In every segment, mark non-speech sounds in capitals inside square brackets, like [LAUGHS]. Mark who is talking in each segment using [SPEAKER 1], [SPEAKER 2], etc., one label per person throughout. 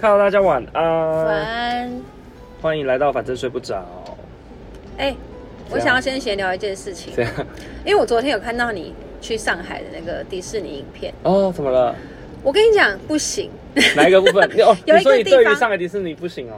[SPEAKER 1] Hello，大家晚安，
[SPEAKER 2] 晚安。
[SPEAKER 1] 欢迎来到反正睡不着。
[SPEAKER 2] 哎、我想要先闲聊一件事情
[SPEAKER 1] 这，样
[SPEAKER 2] 因为我昨天有看到你去上海的那个迪士尼影片，
[SPEAKER 1] 哦，怎么
[SPEAKER 2] [LAUGHS]
[SPEAKER 1] 了？
[SPEAKER 2] 我跟你讲不行，
[SPEAKER 1] 哪一个部分？你哦，
[SPEAKER 2] 有一个
[SPEAKER 1] 你说你
[SPEAKER 2] 地方
[SPEAKER 1] 对于上海迪士尼不行哦，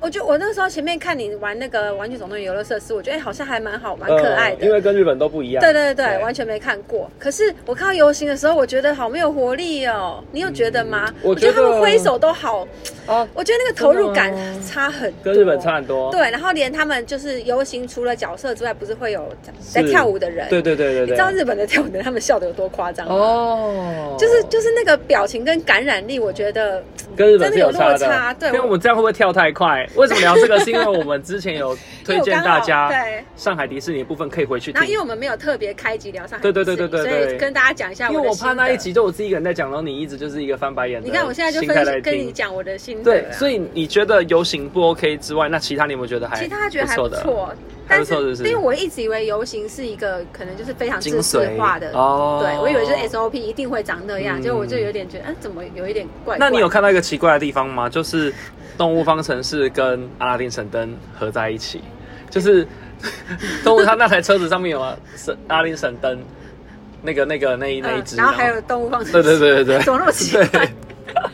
[SPEAKER 2] 我就我那时候前面看你玩那个《玩具总动员》游乐设施，我觉得哎、好像还蛮好，蛮
[SPEAKER 1] 呃
[SPEAKER 2] 可爱的。
[SPEAKER 1] 因为跟日本都不一样。
[SPEAKER 2] 对对对，完全没看过。可是我看到游行的时候，我觉得好没有活力哦。你有觉得吗？
[SPEAKER 1] 我
[SPEAKER 2] 觉
[SPEAKER 1] 觉得
[SPEAKER 2] 他们挥手都好，
[SPEAKER 1] 啊，
[SPEAKER 2] 我觉得那个投入感
[SPEAKER 1] 真的吗
[SPEAKER 2] 差很多，
[SPEAKER 1] 跟日本差。很多。
[SPEAKER 2] 对，然后连他们就是游行，除了角色之外，不是会有在
[SPEAKER 1] 是
[SPEAKER 2] 跳舞的人？
[SPEAKER 1] 对对对对对，
[SPEAKER 2] 你知道日本的跳舞的人他们笑得有多夸张吗？
[SPEAKER 1] 哦，
[SPEAKER 2] 就是就是那个表情跟感染力，我觉得
[SPEAKER 1] 跟日本是有差的，
[SPEAKER 2] 真的有落差对
[SPEAKER 1] 因为我们这样会不会跳太快？为什么聊这个？是因为我们之前
[SPEAKER 2] [LAUGHS]
[SPEAKER 1] 有推荐大
[SPEAKER 2] 因为我刚好
[SPEAKER 1] 家
[SPEAKER 2] 对。
[SPEAKER 1] 上海迪士尼的部分可以回去
[SPEAKER 2] 然后因为
[SPEAKER 1] 听。
[SPEAKER 2] 我们没有特别开集聊上海
[SPEAKER 1] 对对
[SPEAKER 2] 迪士
[SPEAKER 1] 对
[SPEAKER 2] 尼
[SPEAKER 1] 对对对
[SPEAKER 2] 所以跟大家讲一下
[SPEAKER 1] 因为
[SPEAKER 2] 的
[SPEAKER 1] 我
[SPEAKER 2] 心
[SPEAKER 1] 怕那
[SPEAKER 2] 得
[SPEAKER 1] 一集就我自己一个人在讲，然后你一直就是一个翻白眼的
[SPEAKER 2] 你
[SPEAKER 1] 心态
[SPEAKER 2] 看我
[SPEAKER 1] 来听。
[SPEAKER 2] 现在就分析跟你讲我的心得啊
[SPEAKER 1] 对
[SPEAKER 2] 了，，
[SPEAKER 1] 所以你觉得游行不 OK 之外，那其他你有没有觉得还
[SPEAKER 2] 其他觉得还不
[SPEAKER 1] 的？
[SPEAKER 2] 错，
[SPEAKER 1] 还
[SPEAKER 2] 但
[SPEAKER 1] 不
[SPEAKER 2] 是
[SPEAKER 1] 错是不是
[SPEAKER 2] 因为我一直以为游行是一个可能就是非常
[SPEAKER 1] 精
[SPEAKER 2] 知识
[SPEAKER 1] 髓
[SPEAKER 2] 化的，
[SPEAKER 1] 哦
[SPEAKER 2] 对我以为就是 SOP 一定会长那样，
[SPEAKER 1] 嗯
[SPEAKER 2] 结果我就有点觉得，嗯、怎么有一点怪怪
[SPEAKER 1] 那你有看到一个奇怪的地方吗？就是动物方程式跟阿拉丁神灯合在一起，就是
[SPEAKER 2] [LAUGHS]
[SPEAKER 1] 动物它那台车子上面有啊神阿拉丁神灯，那个那个那一
[SPEAKER 2] 嗯
[SPEAKER 1] 那一只，
[SPEAKER 2] 然后
[SPEAKER 1] [LAUGHS]
[SPEAKER 2] 还有动物放
[SPEAKER 1] 对对对对
[SPEAKER 2] [LAUGHS] 怎
[SPEAKER 1] 对
[SPEAKER 2] 么那么奇
[SPEAKER 1] [LAUGHS]
[SPEAKER 2] 怪？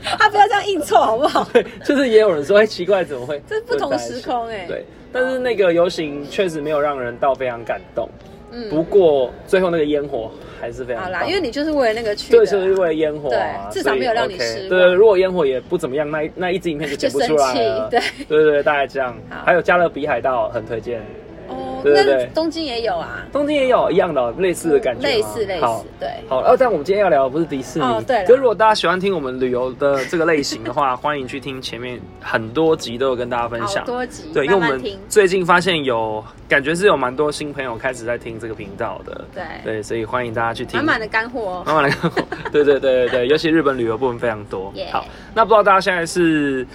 [SPEAKER 2] 他不要这样硬凑好不好？
[SPEAKER 1] 对，就是也有人说，哎，奇怪，怎么会？
[SPEAKER 2] 这不同时空哎、
[SPEAKER 1] 对，但是那个游行确实没有让人到非常感动，
[SPEAKER 2] 嗯
[SPEAKER 1] 不过最后那个烟火还是非常
[SPEAKER 2] 好
[SPEAKER 1] 棒
[SPEAKER 2] 啦，因为你就是为了那个去的
[SPEAKER 1] 对，
[SPEAKER 2] 啊，
[SPEAKER 1] 就是为了烟火啊，
[SPEAKER 2] 对至少
[SPEAKER 1] 所以
[SPEAKER 2] 没有让你
[SPEAKER 1] OK
[SPEAKER 2] 失望
[SPEAKER 1] 对，如果烟火也不怎么样，那一那一支影片就剪不出来了。
[SPEAKER 2] 就生
[SPEAKER 1] 对对对，大概这样
[SPEAKER 2] 好。
[SPEAKER 1] 还有加勒比海盗很推荐，
[SPEAKER 2] 哦，
[SPEAKER 1] 对对对
[SPEAKER 2] 那东京也有啊，
[SPEAKER 1] 东京也有一样的哦类似的感觉吗，
[SPEAKER 2] 类似类
[SPEAKER 1] 好
[SPEAKER 2] 似，对。
[SPEAKER 1] 好，哦，但我们今天要聊的不是迪士尼。
[SPEAKER 2] 哦对啦
[SPEAKER 1] 可是如果大家喜欢听我们旅游的这个类型的
[SPEAKER 2] [LAUGHS]
[SPEAKER 1] 话，欢迎去听前面很多集都有跟大家分
[SPEAKER 2] 好
[SPEAKER 1] 享。
[SPEAKER 2] 多集，
[SPEAKER 1] 对，因为
[SPEAKER 2] 慢
[SPEAKER 1] 我们
[SPEAKER 2] 慢听。
[SPEAKER 1] 最近发现有感觉是有蛮多新朋友开始在听这个频道的，
[SPEAKER 2] 对，
[SPEAKER 1] 对，所以欢迎大家去听。
[SPEAKER 2] 满满的干货哦。
[SPEAKER 1] 慢慢来看我。对对对对对，尤其日本旅游部分非常多
[SPEAKER 2] Yeah。
[SPEAKER 1] 好，那不知道大家现在是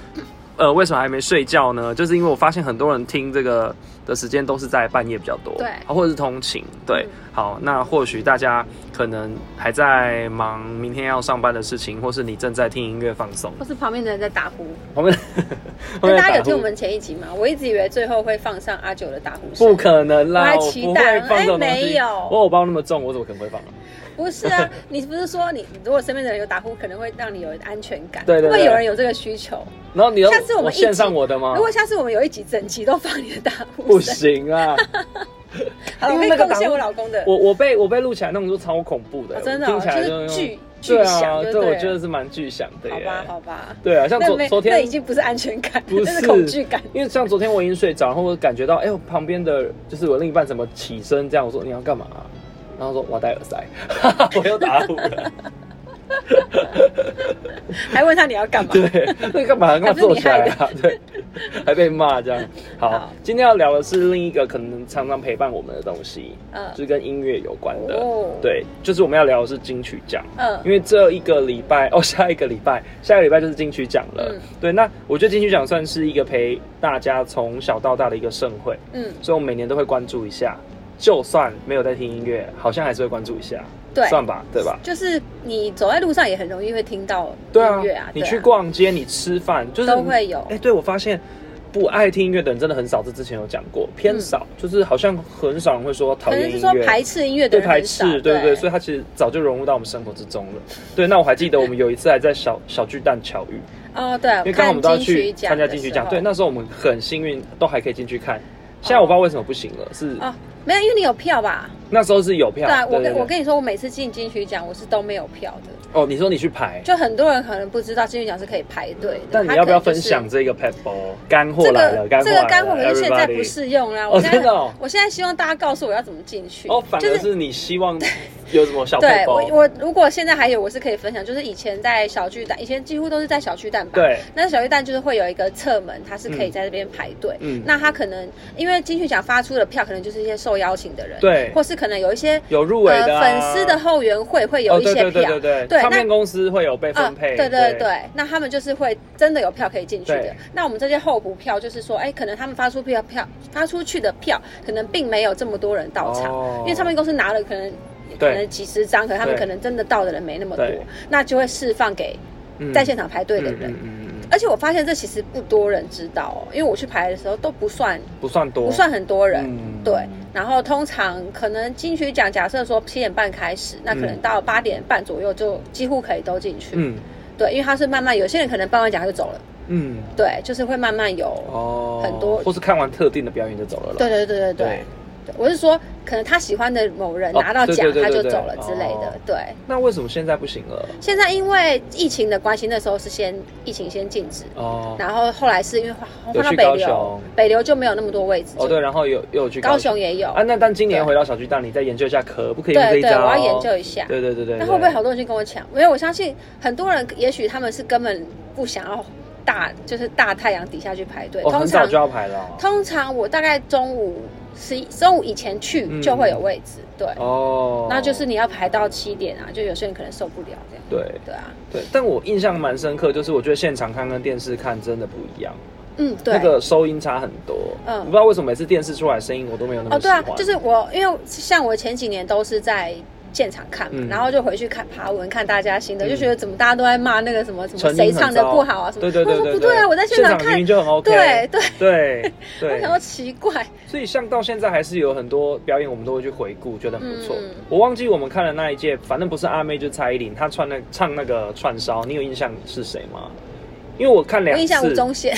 [SPEAKER 1] 呃为什么还没睡觉呢？就是因为我发现很多人听这个的时间都是在半夜比较多，
[SPEAKER 2] 对
[SPEAKER 1] 啊或者是通勤。对，
[SPEAKER 2] 嗯
[SPEAKER 1] 好，那或许大家可能还在忙明天要上班的事情，或是你正在听音乐放
[SPEAKER 2] [LAUGHS]
[SPEAKER 1] 松。
[SPEAKER 2] 或是旁边的人在
[SPEAKER 1] [LAUGHS]
[SPEAKER 2] 打呼，
[SPEAKER 1] 我们我
[SPEAKER 2] 那
[SPEAKER 1] 们
[SPEAKER 2] 大家有
[SPEAKER 1] 打呼
[SPEAKER 2] 听我们前一集吗？我一直以为最后会放上阿九的打呼声，
[SPEAKER 1] 不可能啦，
[SPEAKER 2] 我还
[SPEAKER 1] 我
[SPEAKER 2] 期
[SPEAKER 1] 不
[SPEAKER 2] 待
[SPEAKER 1] 会放这种东
[SPEAKER 2] 哎没
[SPEAKER 1] 西。
[SPEAKER 2] 有
[SPEAKER 1] 我有包那么重，我怎么可能会放啊？
[SPEAKER 2] 不是啊？ [LAUGHS] 你不是说你如果身边的人有打呼，可能会让你有安全感，
[SPEAKER 1] 对对对啊
[SPEAKER 2] 会有人有这个需求。
[SPEAKER 1] 然后你要
[SPEAKER 2] 下次我们一
[SPEAKER 1] 献
[SPEAKER 2] 起
[SPEAKER 1] 上我的吗
[SPEAKER 2] 如？果下次我们有一集整集都放你的打呼声，
[SPEAKER 1] 不行
[SPEAKER 2] [LAUGHS]
[SPEAKER 1] 啊！
[SPEAKER 2] 好了，
[SPEAKER 1] 因
[SPEAKER 2] 我
[SPEAKER 1] 为那
[SPEAKER 2] 可以
[SPEAKER 1] 个
[SPEAKER 2] 贡献
[SPEAKER 1] 打呼
[SPEAKER 2] 我老公的，
[SPEAKER 1] 我我被我被录起来弄出超恐怖的、
[SPEAKER 2] 哦真的哦
[SPEAKER 1] 听起来就
[SPEAKER 2] 就是巨
[SPEAKER 1] 对
[SPEAKER 2] 巨
[SPEAKER 1] 啊，
[SPEAKER 2] 响就
[SPEAKER 1] 对，
[SPEAKER 2] 对了
[SPEAKER 1] 我觉得是蛮巨响的
[SPEAKER 2] 好
[SPEAKER 1] 耶。
[SPEAKER 2] 吧，好吧。
[SPEAKER 1] 对啊，像
[SPEAKER 2] 那
[SPEAKER 1] 昨
[SPEAKER 2] 没，
[SPEAKER 1] 昨
[SPEAKER 2] 那
[SPEAKER 1] 天
[SPEAKER 2] 已经不是安全感，
[SPEAKER 1] 不
[SPEAKER 2] [LAUGHS] 那
[SPEAKER 1] 是
[SPEAKER 2] 是恐惧感。
[SPEAKER 1] 因为像昨天我已经睡着，然后我感觉到，哎、我旁边的就是我另一半怎么起身这样，我说你要干嘛、然后说我要戴耳塞， [LAUGHS] 我又打呼了。
[SPEAKER 2] 还问他你要干嘛？
[SPEAKER 1] 对，那干嘛干嘛
[SPEAKER 2] 还不是
[SPEAKER 1] 坐
[SPEAKER 2] 你
[SPEAKER 1] 起来啊？对，还被骂这样。好，
[SPEAKER 2] 好
[SPEAKER 1] 今天要聊的是另一个可能常常陪伴我们的东西，
[SPEAKER 2] 嗯
[SPEAKER 1] 就是跟音乐有关的。
[SPEAKER 2] 哦
[SPEAKER 1] 对，就是我们要聊的是金曲奖。
[SPEAKER 2] 嗯
[SPEAKER 1] 因为这一个礼拜 [LAUGHS] 哦，下一个礼拜，下个礼拜就是金曲奖了。
[SPEAKER 2] 嗯
[SPEAKER 1] 对，那我觉得金曲奖算是一个陪大家从小到大的一个盛会，
[SPEAKER 2] 嗯，
[SPEAKER 1] 所以我每年都会关注一下。就算没有在听音乐，好像还是会关注一下，
[SPEAKER 2] 对
[SPEAKER 1] 算吧，对吧？
[SPEAKER 2] 就是你走在路上也很容易会听到
[SPEAKER 1] 对啊
[SPEAKER 2] 音乐啊，
[SPEAKER 1] 你
[SPEAKER 2] 对啊
[SPEAKER 1] 去逛街，你吃饭，就是
[SPEAKER 2] 都会有
[SPEAKER 1] 哎、对我发现不爱听音乐的人真的很少，这之前有讲过，偏少，就是好像很少人会说讨
[SPEAKER 2] 嗯可
[SPEAKER 1] 厌
[SPEAKER 2] 能
[SPEAKER 1] 音
[SPEAKER 2] 是
[SPEAKER 1] 乐，
[SPEAKER 2] 说排斥音乐的
[SPEAKER 1] 对
[SPEAKER 2] 人
[SPEAKER 1] 排
[SPEAKER 2] 很少
[SPEAKER 1] 斥，对对对，所
[SPEAKER 2] 对
[SPEAKER 1] 以他其实早就融入到我们生活之中了。对，那我还记得我们有一次还在小小巨蛋巧遇，
[SPEAKER 2] 哦对，因
[SPEAKER 1] 因为刚好我们都要去参加金曲奖，对，那时候我们很幸运都还可以进去看。现在我不知道为什么不行了，是
[SPEAKER 2] 哦没有，因为你有票吧？
[SPEAKER 1] 那时候是有票
[SPEAKER 2] 对，啊，我
[SPEAKER 1] 对
[SPEAKER 2] 跟我
[SPEAKER 1] 对
[SPEAKER 2] 跟你说，我每次进金曲奖我是都没有票的，
[SPEAKER 1] 哦，你说你去排，
[SPEAKER 2] 就很多人可能不知道金曲奖是可以排队的。
[SPEAKER 1] 但你
[SPEAKER 2] 他
[SPEAKER 1] 要不要
[SPEAKER 2] 可能
[SPEAKER 1] 分
[SPEAKER 2] 就是
[SPEAKER 1] 享这个 pebble 干货
[SPEAKER 2] 这
[SPEAKER 1] 来了？
[SPEAKER 2] 个
[SPEAKER 1] 干货
[SPEAKER 2] 这
[SPEAKER 1] 来
[SPEAKER 2] 个
[SPEAKER 1] 了
[SPEAKER 2] 干货，可是现在
[SPEAKER 1] everybody
[SPEAKER 2] 不适用啦。
[SPEAKER 1] 哦
[SPEAKER 2] 我现在
[SPEAKER 1] 真的哦
[SPEAKER 2] 我现在希望大家告诉我要怎么进去。
[SPEAKER 1] 哦，反
[SPEAKER 2] 就
[SPEAKER 1] 而是你希望有什么小
[SPEAKER 2] [LAUGHS] 对我
[SPEAKER 1] pebble？
[SPEAKER 2] 我如果现在还有，我是可以分享，就是以前在小巨蛋，以前几乎都是在小巨蛋吧。。
[SPEAKER 1] 对，
[SPEAKER 2] 那小巨蛋就是会有一个侧门，它是可以在这边排队。
[SPEAKER 1] 嗯嗯
[SPEAKER 2] 那它可能因为金曲奖发出的票，可能就是一些受邀请的人，
[SPEAKER 1] 对
[SPEAKER 2] 或是可能有一些呃
[SPEAKER 1] 有入围的啊
[SPEAKER 2] 粉丝的后援会会有
[SPEAKER 1] 哦，
[SPEAKER 2] 一些
[SPEAKER 1] 对对
[SPEAKER 2] 票。
[SPEAKER 1] 对对对，
[SPEAKER 2] 对
[SPEAKER 1] 唱
[SPEAKER 2] 那呃
[SPEAKER 1] 片公司会有被分配，
[SPEAKER 2] 对对对，那他们就是会真的有票可以进去的
[SPEAKER 1] 对。
[SPEAKER 2] 那我们这些候补票，就是说，哎，可能他们发出票票发出去的票，可能并没有这么多人到场，
[SPEAKER 1] 哦
[SPEAKER 2] 因为唱片公司拿了可能
[SPEAKER 1] 对
[SPEAKER 2] 可能几十张，可能他们
[SPEAKER 1] 对
[SPEAKER 2] 可能真的到的人没那么多
[SPEAKER 1] 对，
[SPEAKER 2] 那就会释放给
[SPEAKER 1] 嗯
[SPEAKER 2] 在现场排队的人。
[SPEAKER 1] 嗯嗯嗯嗯
[SPEAKER 2] 而且我发现这其实不多人知道、哦，因为我去排的时候都不算
[SPEAKER 1] 不算多，
[SPEAKER 2] 不算很多人，
[SPEAKER 1] 嗯
[SPEAKER 2] 对。然后通常可能金曲奖假设说七点半开始，那可能
[SPEAKER 1] 嗯
[SPEAKER 2] 到八点半左右就几乎可以都进去，
[SPEAKER 1] 嗯
[SPEAKER 2] 对，因为它是慢慢，有些人可能颁完奖就走了，
[SPEAKER 1] 嗯，
[SPEAKER 2] 对，就是会慢慢有，
[SPEAKER 1] 哦，
[SPEAKER 2] 很多
[SPEAKER 1] 或是看完特定的表演就走了啦。
[SPEAKER 2] 对对对对
[SPEAKER 1] 对。
[SPEAKER 2] 对。对我是说，可能他喜欢的某人
[SPEAKER 1] 哦
[SPEAKER 2] 拿到
[SPEAKER 1] 对
[SPEAKER 2] 奖，
[SPEAKER 1] 对对
[SPEAKER 2] 他就
[SPEAKER 1] 对对
[SPEAKER 2] 走了之类的
[SPEAKER 1] 哦。
[SPEAKER 2] 对，
[SPEAKER 1] 那为什么现在不行了？
[SPEAKER 2] 现在因为疫情的关系，那时候是先疫情先禁止，
[SPEAKER 1] 哦
[SPEAKER 2] 然后后来是因为换
[SPEAKER 1] 有
[SPEAKER 2] 换到
[SPEAKER 1] 去
[SPEAKER 2] 北
[SPEAKER 1] 高
[SPEAKER 2] 流
[SPEAKER 1] 雄，
[SPEAKER 2] 北流就没有那么多位置。
[SPEAKER 1] 哦对，然后有又有去
[SPEAKER 2] 高雄也有。
[SPEAKER 1] 啊，那但今年
[SPEAKER 2] 对
[SPEAKER 1] 回到小巨蛋，你再研究一下，可不可以用这
[SPEAKER 2] 对
[SPEAKER 1] 一
[SPEAKER 2] 对，
[SPEAKER 1] 招哦？
[SPEAKER 2] 我要研究一下。
[SPEAKER 1] 对对对对。哦
[SPEAKER 2] 那会不会
[SPEAKER 1] 对
[SPEAKER 2] 好多人去跟我抢？因为我相信很多人，也许他们是根本不想要大，就是大太阳底下去排队。
[SPEAKER 1] 哦，
[SPEAKER 2] 通
[SPEAKER 1] 很早
[SPEAKER 2] 常
[SPEAKER 1] 就要排了哦。
[SPEAKER 2] 通常我大概中午十一中午以前去
[SPEAKER 1] 嗯
[SPEAKER 2] 就会有位置，对。
[SPEAKER 1] 哦，
[SPEAKER 2] 那就是你要排到七点啊，就有些人可能受不了这样。
[SPEAKER 1] 对
[SPEAKER 2] 对啊，
[SPEAKER 1] 对，但我印象蛮深刻，就是我觉得现场看跟电视看真的不一样，
[SPEAKER 2] 嗯，对。
[SPEAKER 1] 那个收音差很多。
[SPEAKER 2] 嗯
[SPEAKER 1] 嗯，我不知道为什么每次电视出来的声音我都没有那
[SPEAKER 2] 哦，
[SPEAKER 1] 么喜
[SPEAKER 2] 对
[SPEAKER 1] 欢。
[SPEAKER 2] 啊，就是我，因为像我前几年都是在现场看嘛，
[SPEAKER 1] 嗯
[SPEAKER 2] 然后就回去看爬文，看大家新的，
[SPEAKER 1] 嗯
[SPEAKER 2] 就觉得怎么大家都在骂那个什么什么
[SPEAKER 1] 成音
[SPEAKER 2] 谁
[SPEAKER 1] 很
[SPEAKER 2] 唱的
[SPEAKER 1] 糟
[SPEAKER 2] 不好啊什
[SPEAKER 1] 对
[SPEAKER 2] 么，
[SPEAKER 1] 对对
[SPEAKER 2] 我
[SPEAKER 1] 对，
[SPEAKER 2] 说不对啊，我在现场
[SPEAKER 1] 明
[SPEAKER 2] 看
[SPEAKER 1] 明，就很 OK。
[SPEAKER 2] [LAUGHS] 对对， [LAUGHS]
[SPEAKER 1] 对对
[SPEAKER 2] 我想，说奇怪，
[SPEAKER 1] 所以像到现在还是有很多表演，我们都会去回顾，觉得很不错。
[SPEAKER 2] 嗯
[SPEAKER 1] 我忘记我们看的那一届，反正不是阿妹就是蔡依林，她穿那唱那个串烧，你有印象是谁吗？因为我看两
[SPEAKER 2] 我
[SPEAKER 1] 次，
[SPEAKER 2] 印象吴
[SPEAKER 1] [LAUGHS]
[SPEAKER 2] 宗宪，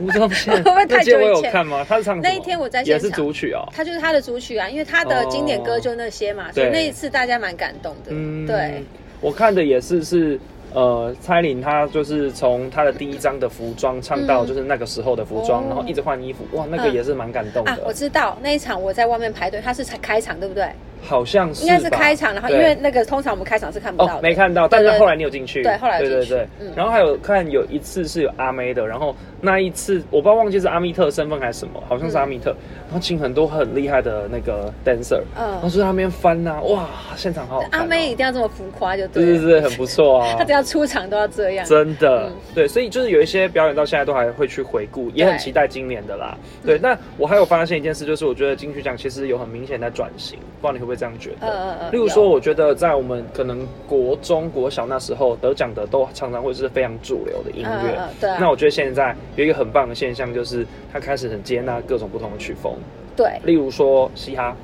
[SPEAKER 1] 吴宗
[SPEAKER 2] [LAUGHS] 会
[SPEAKER 1] 宪
[SPEAKER 2] 不会太
[SPEAKER 1] 那届
[SPEAKER 2] 久以
[SPEAKER 1] 我有
[SPEAKER 2] 前
[SPEAKER 1] 看吗？他是唱什么
[SPEAKER 2] 那一天我在现
[SPEAKER 1] 也
[SPEAKER 2] 场
[SPEAKER 1] 是主曲哦，
[SPEAKER 2] [LAUGHS] 他就是他的主曲啊，因为他的经典歌
[SPEAKER 1] 哦
[SPEAKER 2] 就那些嘛，所以
[SPEAKER 1] 对
[SPEAKER 2] 那一次大家蛮感动的，
[SPEAKER 1] 嗯，
[SPEAKER 2] 对，，
[SPEAKER 1] 我看的也是是。呃，蔡依林她就是从她的第一张的服装唱到
[SPEAKER 2] 嗯
[SPEAKER 1] 就是那个时候的服装，
[SPEAKER 2] 哦
[SPEAKER 1] 然后一直换衣服，哇，那个
[SPEAKER 2] 嗯
[SPEAKER 1] 也是蛮感动的，
[SPEAKER 2] 啊，我知道那一场我在外面排队，他是才开场对不对？
[SPEAKER 1] 好像是
[SPEAKER 2] 应该是
[SPEAKER 1] 吧
[SPEAKER 2] 开场，然后因
[SPEAKER 1] 对
[SPEAKER 2] 为那个通常我们开场是看不到
[SPEAKER 1] 哦，
[SPEAKER 2] 的，
[SPEAKER 1] 没看到，
[SPEAKER 2] 对
[SPEAKER 1] 但
[SPEAKER 2] 对
[SPEAKER 1] 是后来你有进去，
[SPEAKER 2] 对后来有
[SPEAKER 1] 对对
[SPEAKER 2] 进去
[SPEAKER 1] 对
[SPEAKER 2] 嗯。
[SPEAKER 1] 然后还有看有一次是有阿妹的，然后那一次我不知道忘记是阿密特身份还是什么，好像是阿密特，然后请很多很厉害的那个 dancer，然后
[SPEAKER 2] 嗯嗯，
[SPEAKER 1] 就在那边翻呐，哇，现场好好看哦
[SPEAKER 2] 阿妹一，定要这么浮夸就
[SPEAKER 1] 对
[SPEAKER 2] 对
[SPEAKER 1] 对
[SPEAKER 2] 了，
[SPEAKER 1] 对，很不错
[SPEAKER 2] [LAUGHS]
[SPEAKER 1] 啊
[SPEAKER 2] 她。只要出场都要这样，
[SPEAKER 1] 真的
[SPEAKER 2] 嗯，
[SPEAKER 1] 对，所以就是有一些表演到现在都还会去回顾，也很
[SPEAKER 2] 对
[SPEAKER 1] 期待今年的啦。
[SPEAKER 2] 嗯
[SPEAKER 1] 对，那我还有发现一件事，就是我觉得金曲奖其实有很明显在转型，不知道你会不会这样觉得？
[SPEAKER 2] 嗯嗯
[SPEAKER 1] 例如说，，我觉得在我们可能国中、国小那时候得奖的都常常会是非常主流的音
[SPEAKER 2] 有
[SPEAKER 1] 乐。
[SPEAKER 2] 嗯嗯嗯对啊，
[SPEAKER 1] 那我觉得现在有一个很棒的现象，就是它开始很接纳各种不同的曲风，
[SPEAKER 2] 对。
[SPEAKER 1] 例如说嘻哈。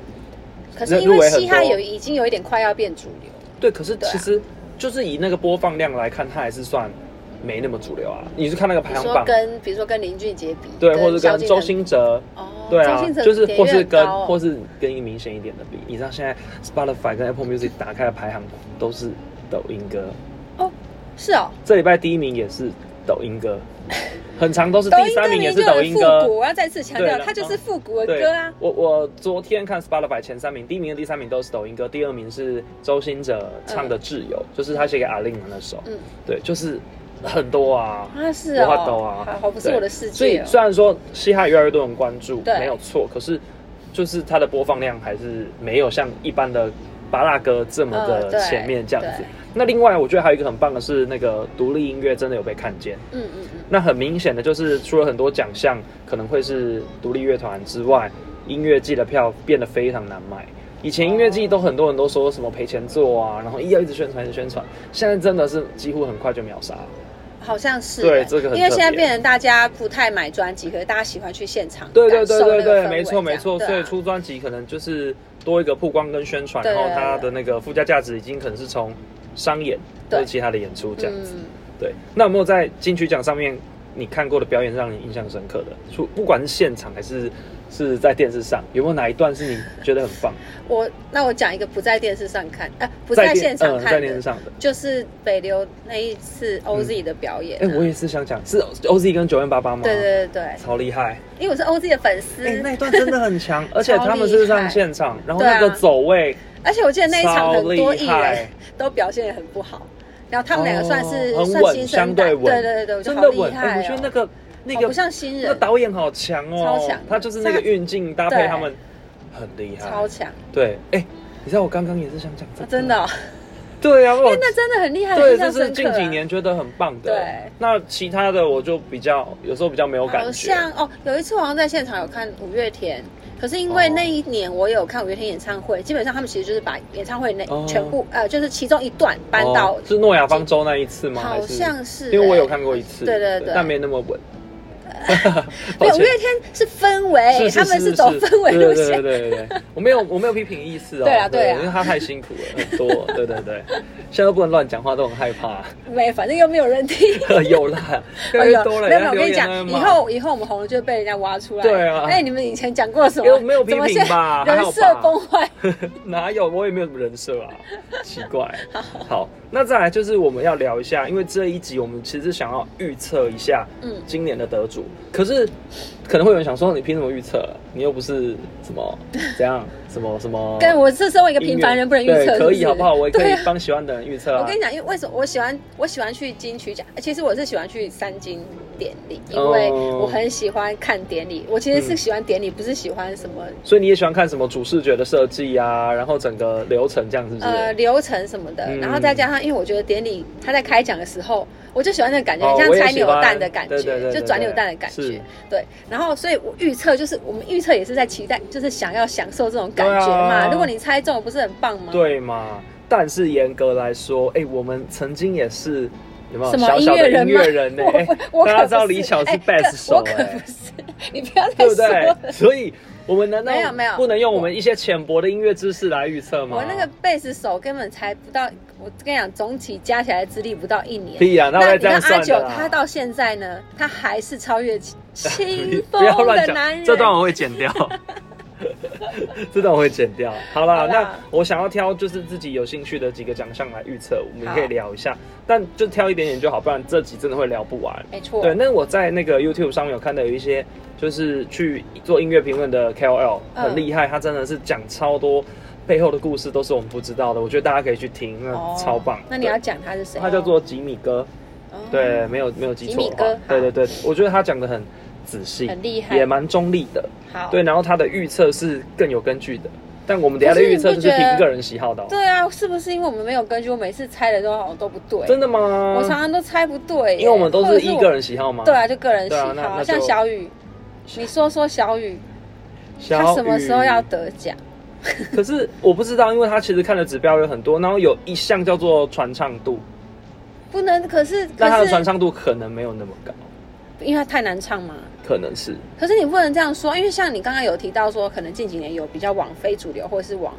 [SPEAKER 2] 可是因
[SPEAKER 1] 入
[SPEAKER 2] 为
[SPEAKER 1] 围很
[SPEAKER 2] 嘻哈
[SPEAKER 1] 多
[SPEAKER 2] 有已经有一点快要变主流，
[SPEAKER 1] 对，可是
[SPEAKER 2] 对啊
[SPEAKER 1] 其实就是以那个播放量来看，它还是算没那么主流啊。你是看那个
[SPEAKER 2] 比
[SPEAKER 1] 排
[SPEAKER 2] 如
[SPEAKER 1] 行
[SPEAKER 2] 说
[SPEAKER 1] 榜，
[SPEAKER 2] 跟比如说跟林俊杰比，
[SPEAKER 1] 对，或是
[SPEAKER 2] 萧
[SPEAKER 1] 跟
[SPEAKER 2] 敬
[SPEAKER 1] 周
[SPEAKER 2] 腾
[SPEAKER 1] 兴哲。
[SPEAKER 2] 哦，
[SPEAKER 1] 对啊
[SPEAKER 2] 周兴，哲
[SPEAKER 1] 就是
[SPEAKER 2] 点
[SPEAKER 1] 或
[SPEAKER 2] 阅
[SPEAKER 1] 是
[SPEAKER 2] 很
[SPEAKER 1] 跟
[SPEAKER 2] 高哦
[SPEAKER 1] 或是跟一个明显一点的比，你知道现在 Spotify 跟 Apple Music 打开的排行榜都是抖音歌，
[SPEAKER 2] 是哦，
[SPEAKER 1] 这礼拜第一名也是抖音歌，很长都是
[SPEAKER 2] [LAUGHS] 抖
[SPEAKER 1] 第
[SPEAKER 2] 音
[SPEAKER 1] 三
[SPEAKER 2] 歌
[SPEAKER 1] 名也
[SPEAKER 2] 名
[SPEAKER 1] 是
[SPEAKER 2] 就
[SPEAKER 1] 抖
[SPEAKER 2] 很
[SPEAKER 1] 音
[SPEAKER 2] 复
[SPEAKER 1] 歌
[SPEAKER 2] 古，。我要再次强
[SPEAKER 1] 对
[SPEAKER 2] 调，
[SPEAKER 1] 然
[SPEAKER 2] 它就
[SPEAKER 1] 后
[SPEAKER 2] 是复古的
[SPEAKER 1] 对
[SPEAKER 2] 歌啊，
[SPEAKER 1] 我我昨天看 Spotify 前三名，第一名跟第三名都是抖音歌，第二名是周兴哲唱的《挚友》，就是他写给阿令的那首。
[SPEAKER 2] 嗯
[SPEAKER 1] 对，就是很多啊。
[SPEAKER 2] 啊是
[SPEAKER 1] 我怕抖
[SPEAKER 2] 哦
[SPEAKER 1] 啊，
[SPEAKER 2] 好好不是
[SPEAKER 1] 对
[SPEAKER 2] 我的世
[SPEAKER 1] 所以
[SPEAKER 2] 界哦，
[SPEAKER 1] 虽然说嘻哈越来越多人关注，
[SPEAKER 2] 对
[SPEAKER 1] 没有错，可是就是它的播放量还是没有像一般的巴拉歌这么
[SPEAKER 2] 嗯
[SPEAKER 1] 的
[SPEAKER 2] 对
[SPEAKER 1] 前面这样子
[SPEAKER 2] 对。
[SPEAKER 1] 那另外，我觉得还有一个很棒的是，那个独立音乐真的有被看见。
[SPEAKER 2] 嗯嗯嗯，
[SPEAKER 1] 那很明显的就是，除了很多奖项可能会是独立乐团之外，音乐季的票变得非常难买。以前音乐季都很多人都说什么赔钱做啊，然后一要一直宣传一直宣传，现在真的是几乎很快就秒杀。
[SPEAKER 2] 好像是
[SPEAKER 1] 对
[SPEAKER 2] 欸
[SPEAKER 1] 这个很
[SPEAKER 2] 因为
[SPEAKER 1] 特
[SPEAKER 2] 现在
[SPEAKER 1] 别
[SPEAKER 2] 变成大家不太买专辑，可是大家喜欢去现场，
[SPEAKER 1] 对对对对对，没错没错。
[SPEAKER 2] 啊
[SPEAKER 1] 所以出专辑可能就是多一个曝光跟宣传，
[SPEAKER 2] 对啊
[SPEAKER 1] 然
[SPEAKER 2] 对
[SPEAKER 1] 后
[SPEAKER 2] 对
[SPEAKER 1] 它的那个附加价值已经可能是从商演或
[SPEAKER 2] 对嗯
[SPEAKER 1] 者其他的演出这样子。
[SPEAKER 2] 子，
[SPEAKER 1] 对，那有没有在金曲奖上面你看过的表演让你印象深刻的？除不管是现场还是是在电视上，有没有哪一段是你觉得很棒？
[SPEAKER 2] 嗯我那我讲一个不在电视上看，呃，不在
[SPEAKER 1] 电
[SPEAKER 2] 现场
[SPEAKER 1] 嗯，在
[SPEAKER 2] 看
[SPEAKER 1] 电视
[SPEAKER 2] 的。
[SPEAKER 1] 上的。
[SPEAKER 2] 就是北流那一次 OZ 的表演啊、
[SPEAKER 1] 哎、我也是想讲，是 OZ 跟九万八八吗？
[SPEAKER 2] 对对对对，
[SPEAKER 1] 超厉害！
[SPEAKER 2] 因为我是 OZ 的粉丝，
[SPEAKER 1] 哎、那一段真的很
[SPEAKER 2] [LAUGHS]
[SPEAKER 1] 强，而且他们是
[SPEAKER 2] 超厉害
[SPEAKER 1] 上现场，然后
[SPEAKER 2] 对啊
[SPEAKER 1] 那个走位
[SPEAKER 2] 而且我记得那一场很多艺
[SPEAKER 1] 超厉害
[SPEAKER 2] 人都表现得很不好，然后他们两个
[SPEAKER 1] 哦
[SPEAKER 2] 算是
[SPEAKER 1] 很
[SPEAKER 2] 算新
[SPEAKER 1] 稳，
[SPEAKER 2] 生
[SPEAKER 1] 相
[SPEAKER 2] 代，
[SPEAKER 1] 对稳，
[SPEAKER 2] 对对对，我觉
[SPEAKER 1] 真
[SPEAKER 2] 得好
[SPEAKER 1] 的
[SPEAKER 2] 厉
[SPEAKER 1] 稳。哎，
[SPEAKER 2] 害、
[SPEAKER 1] 我
[SPEAKER 2] 哦
[SPEAKER 1] 觉得那个那
[SPEAKER 2] 好不
[SPEAKER 1] 个
[SPEAKER 2] 像新
[SPEAKER 1] 那个
[SPEAKER 2] 人，
[SPEAKER 1] 导演好强哦
[SPEAKER 2] 超强的，
[SPEAKER 1] 他就是那个运镜搭
[SPEAKER 2] 对
[SPEAKER 1] 配他们很厉害，
[SPEAKER 2] 超强，
[SPEAKER 1] 对，哎，你知道我刚刚也是想讲这
[SPEAKER 2] 啊
[SPEAKER 1] 个，
[SPEAKER 2] 真的、哦，
[SPEAKER 1] 对啊，我
[SPEAKER 2] 哎，那真的很厉害，
[SPEAKER 1] 对，
[SPEAKER 2] 印
[SPEAKER 1] 这
[SPEAKER 2] 象
[SPEAKER 1] 是
[SPEAKER 2] 深刻
[SPEAKER 1] 近
[SPEAKER 2] 啊。
[SPEAKER 1] 几年觉得很棒的。
[SPEAKER 2] 对，
[SPEAKER 1] 那其他的我就比较有时候比较没有感
[SPEAKER 2] 好
[SPEAKER 1] 觉。
[SPEAKER 2] 像哦，有一次我好像在现场有看五月天，可是因为
[SPEAKER 1] 哦
[SPEAKER 2] 那一年我有看五月天演唱会，基本上他们其实就是把演唱会那
[SPEAKER 1] 哦
[SPEAKER 2] 全部、呃，就是其中一段搬到，
[SPEAKER 1] 哦是诺亚方舟那一次吗？还
[SPEAKER 2] 好像是、哎
[SPEAKER 1] 因为我有看过一次，
[SPEAKER 2] 对对对
[SPEAKER 1] 但没那么
[SPEAKER 2] [LAUGHS]
[SPEAKER 1] 稳。
[SPEAKER 2] 没
[SPEAKER 1] 抱
[SPEAKER 2] 有，五
[SPEAKER 1] 歉
[SPEAKER 2] 月天是氛围，哎他们是走氛围路
[SPEAKER 1] 对对对
[SPEAKER 2] 线。
[SPEAKER 1] 对对对，我没有我没有批评意思哦，
[SPEAKER 2] 对啊对啊
[SPEAKER 1] 因为他太辛苦了，很多，对对对，现在都不能乱讲话，都很害怕， [LAUGHS]
[SPEAKER 2] 没，反正又没有人听。
[SPEAKER 1] 有
[SPEAKER 2] [LAUGHS]
[SPEAKER 1] 啦，越来
[SPEAKER 2] 哎
[SPEAKER 1] 越
[SPEAKER 2] 呦
[SPEAKER 1] 多了，
[SPEAKER 2] 没有没有，
[SPEAKER 1] 人家留
[SPEAKER 2] 我跟你
[SPEAKER 1] 言在那
[SPEAKER 2] 讲，以
[SPEAKER 1] 骂
[SPEAKER 2] 后以后我们红了就会被人家挖出来。
[SPEAKER 1] 对啊
[SPEAKER 2] 哎，你们以前讲过什
[SPEAKER 1] 没有
[SPEAKER 2] 么？
[SPEAKER 1] 没有批
[SPEAKER 2] 怎么
[SPEAKER 1] 评吧
[SPEAKER 2] 现在
[SPEAKER 1] 还好
[SPEAKER 2] 人设
[SPEAKER 1] 吧哦
[SPEAKER 2] 崩坏。
[SPEAKER 1] [LAUGHS] 哪有？我也没有什么人设啊，奇
[SPEAKER 2] [LAUGHS]
[SPEAKER 1] 怪。好，那再来就是我们要聊一下，因为这一集我们其实想要预测一下
[SPEAKER 2] 嗯，
[SPEAKER 1] 今年的得主，可是可能会有人想说，你凭什么预测？你又不是什么
[SPEAKER 2] [LAUGHS]
[SPEAKER 1] 怎样什么什么？
[SPEAKER 2] 跟我是身为一个平凡人不能预测，
[SPEAKER 1] 对
[SPEAKER 2] 是
[SPEAKER 1] 可
[SPEAKER 2] 是
[SPEAKER 1] 以好不好？我也可
[SPEAKER 2] 对
[SPEAKER 1] 以
[SPEAKER 2] 啊
[SPEAKER 1] 帮喜欢的人预测啊。
[SPEAKER 2] 我跟你讲，因为为什么我喜欢我喜欢去金曲奖？其实我是喜欢去三金典礼，因为
[SPEAKER 1] 哦
[SPEAKER 2] 我很喜欢看典礼。我其实是
[SPEAKER 1] 嗯
[SPEAKER 2] 喜欢典礼，不是喜欢什么
[SPEAKER 1] 所以你也喜欢看什么主视觉的设计啊，然后整个流程这样是不是？
[SPEAKER 2] 呃流程什么的。
[SPEAKER 1] 嗯
[SPEAKER 2] 然后再加上，因为我觉得典礼他在开奖的时候，我就喜欢那个感觉，
[SPEAKER 1] 哦
[SPEAKER 2] 很
[SPEAKER 1] 我
[SPEAKER 2] 像
[SPEAKER 1] 也
[SPEAKER 2] 拆
[SPEAKER 1] 喜
[SPEAKER 2] 扭
[SPEAKER 1] 欢
[SPEAKER 2] 蛋的感
[SPEAKER 1] 对对
[SPEAKER 2] 觉，
[SPEAKER 1] 对
[SPEAKER 2] 就
[SPEAKER 1] 对
[SPEAKER 2] 转扭
[SPEAKER 1] 对
[SPEAKER 2] 蛋的感
[SPEAKER 1] 是
[SPEAKER 2] 觉。对，然后所以我预测就是我们预测也是在期待，就是想要享受这种感觉
[SPEAKER 1] 对
[SPEAKER 2] 嘛。
[SPEAKER 1] 啊
[SPEAKER 2] 如果你猜中，不是很棒吗？。
[SPEAKER 1] 对嘛？但是严格来说，哎、我们曾经也是有没有
[SPEAKER 2] 什么
[SPEAKER 1] 哦小
[SPEAKER 2] 音
[SPEAKER 1] 小
[SPEAKER 2] 乐
[SPEAKER 1] 的
[SPEAKER 2] 人
[SPEAKER 1] 音
[SPEAKER 2] 吗
[SPEAKER 1] 乐人呢、
[SPEAKER 2] [LAUGHS] 我
[SPEAKER 1] 哎
[SPEAKER 2] 不，我可
[SPEAKER 1] 大家知道
[SPEAKER 2] 不
[SPEAKER 1] 李巧是
[SPEAKER 2] 哎
[SPEAKER 1] bass
[SPEAKER 2] 可
[SPEAKER 1] 手
[SPEAKER 2] 我可
[SPEAKER 1] 哎
[SPEAKER 2] 不是，你不要再
[SPEAKER 1] 对不
[SPEAKER 2] 说了。
[SPEAKER 1] 对？ [LAUGHS] 所以我们难道
[SPEAKER 2] 没有没有
[SPEAKER 1] 不能用我们一些浅薄的音乐知识来预测吗？
[SPEAKER 2] 我那个贝斯手根本才不到，我跟你讲，总体加起来资历不到一年。
[SPEAKER 1] 屁啊，那
[SPEAKER 2] 那
[SPEAKER 1] 会
[SPEAKER 2] 你
[SPEAKER 1] 这
[SPEAKER 2] 看
[SPEAKER 1] 样算
[SPEAKER 2] 阿
[SPEAKER 1] 的
[SPEAKER 2] 九，
[SPEAKER 1] 啦
[SPEAKER 2] 他到现在呢，他还是超越
[SPEAKER 1] 你
[SPEAKER 2] 清
[SPEAKER 1] [LAUGHS] 不
[SPEAKER 2] 风
[SPEAKER 1] 要乱
[SPEAKER 2] 的
[SPEAKER 1] 讲
[SPEAKER 2] 男人。，
[SPEAKER 1] 这段我会剪掉。 [LAUGHS] 这段我会剪掉。好啦，
[SPEAKER 2] 好啦
[SPEAKER 1] 那我想要挑就是自己有兴趣的几个奖项来预测，我们
[SPEAKER 2] 好
[SPEAKER 1] 可以聊一下，但就挑一点点就好，不然这集真的会聊不完。
[SPEAKER 2] 没错，
[SPEAKER 1] 对，那我在那个 YouTube 上面有看到有一些就是去做音乐评论的 KOL
[SPEAKER 2] 嗯
[SPEAKER 1] 很厉害，他真的是讲超多背后的故事都是我们不知道的，我觉得大家可以去听，那
[SPEAKER 2] 哦
[SPEAKER 1] 超棒。
[SPEAKER 2] 那你要讲他是谁？
[SPEAKER 1] 对他叫做吉米哥，
[SPEAKER 2] 哦
[SPEAKER 1] 对，，没有没有记错
[SPEAKER 2] 吉米
[SPEAKER 1] 的
[SPEAKER 2] 哥
[SPEAKER 1] 话
[SPEAKER 2] 好，
[SPEAKER 1] 对对对，我觉得他讲的很仔细，
[SPEAKER 2] 很厉害
[SPEAKER 1] 也蛮中立的，
[SPEAKER 2] 好，
[SPEAKER 1] 对，然后他的预测是更有根据的，但我们等一下的
[SPEAKER 2] 可是你
[SPEAKER 1] 预测
[SPEAKER 2] 不
[SPEAKER 1] 就是
[SPEAKER 2] 觉得
[SPEAKER 1] 凭个人喜好的哦、
[SPEAKER 2] 对啊，是不是因为我们没有根据？我每次猜的都好像都不对，
[SPEAKER 1] 真的吗？
[SPEAKER 2] 我常常都猜不对耶，
[SPEAKER 1] 因为我们都
[SPEAKER 2] 或者
[SPEAKER 1] 是一个人喜好嘛，
[SPEAKER 2] 我。对啊，就个人喜
[SPEAKER 1] 对啊
[SPEAKER 2] 好，
[SPEAKER 1] 那那就
[SPEAKER 2] 像小雨，你说说小雨，
[SPEAKER 1] 小雨，
[SPEAKER 2] 他什么时候要得奖？
[SPEAKER 1] 可是我不知道，因为他其实看的指标有很多，然后有一项叫做传唱度，
[SPEAKER 2] 不能，可是可
[SPEAKER 1] 但他的
[SPEAKER 2] 是
[SPEAKER 1] 传，唱度可能没有那么高，
[SPEAKER 2] 因为他太难唱嘛。
[SPEAKER 1] 可能是
[SPEAKER 2] 可是你不能这样说，因为像你刚刚有提到说，可能近几年有比较往非主流，或是往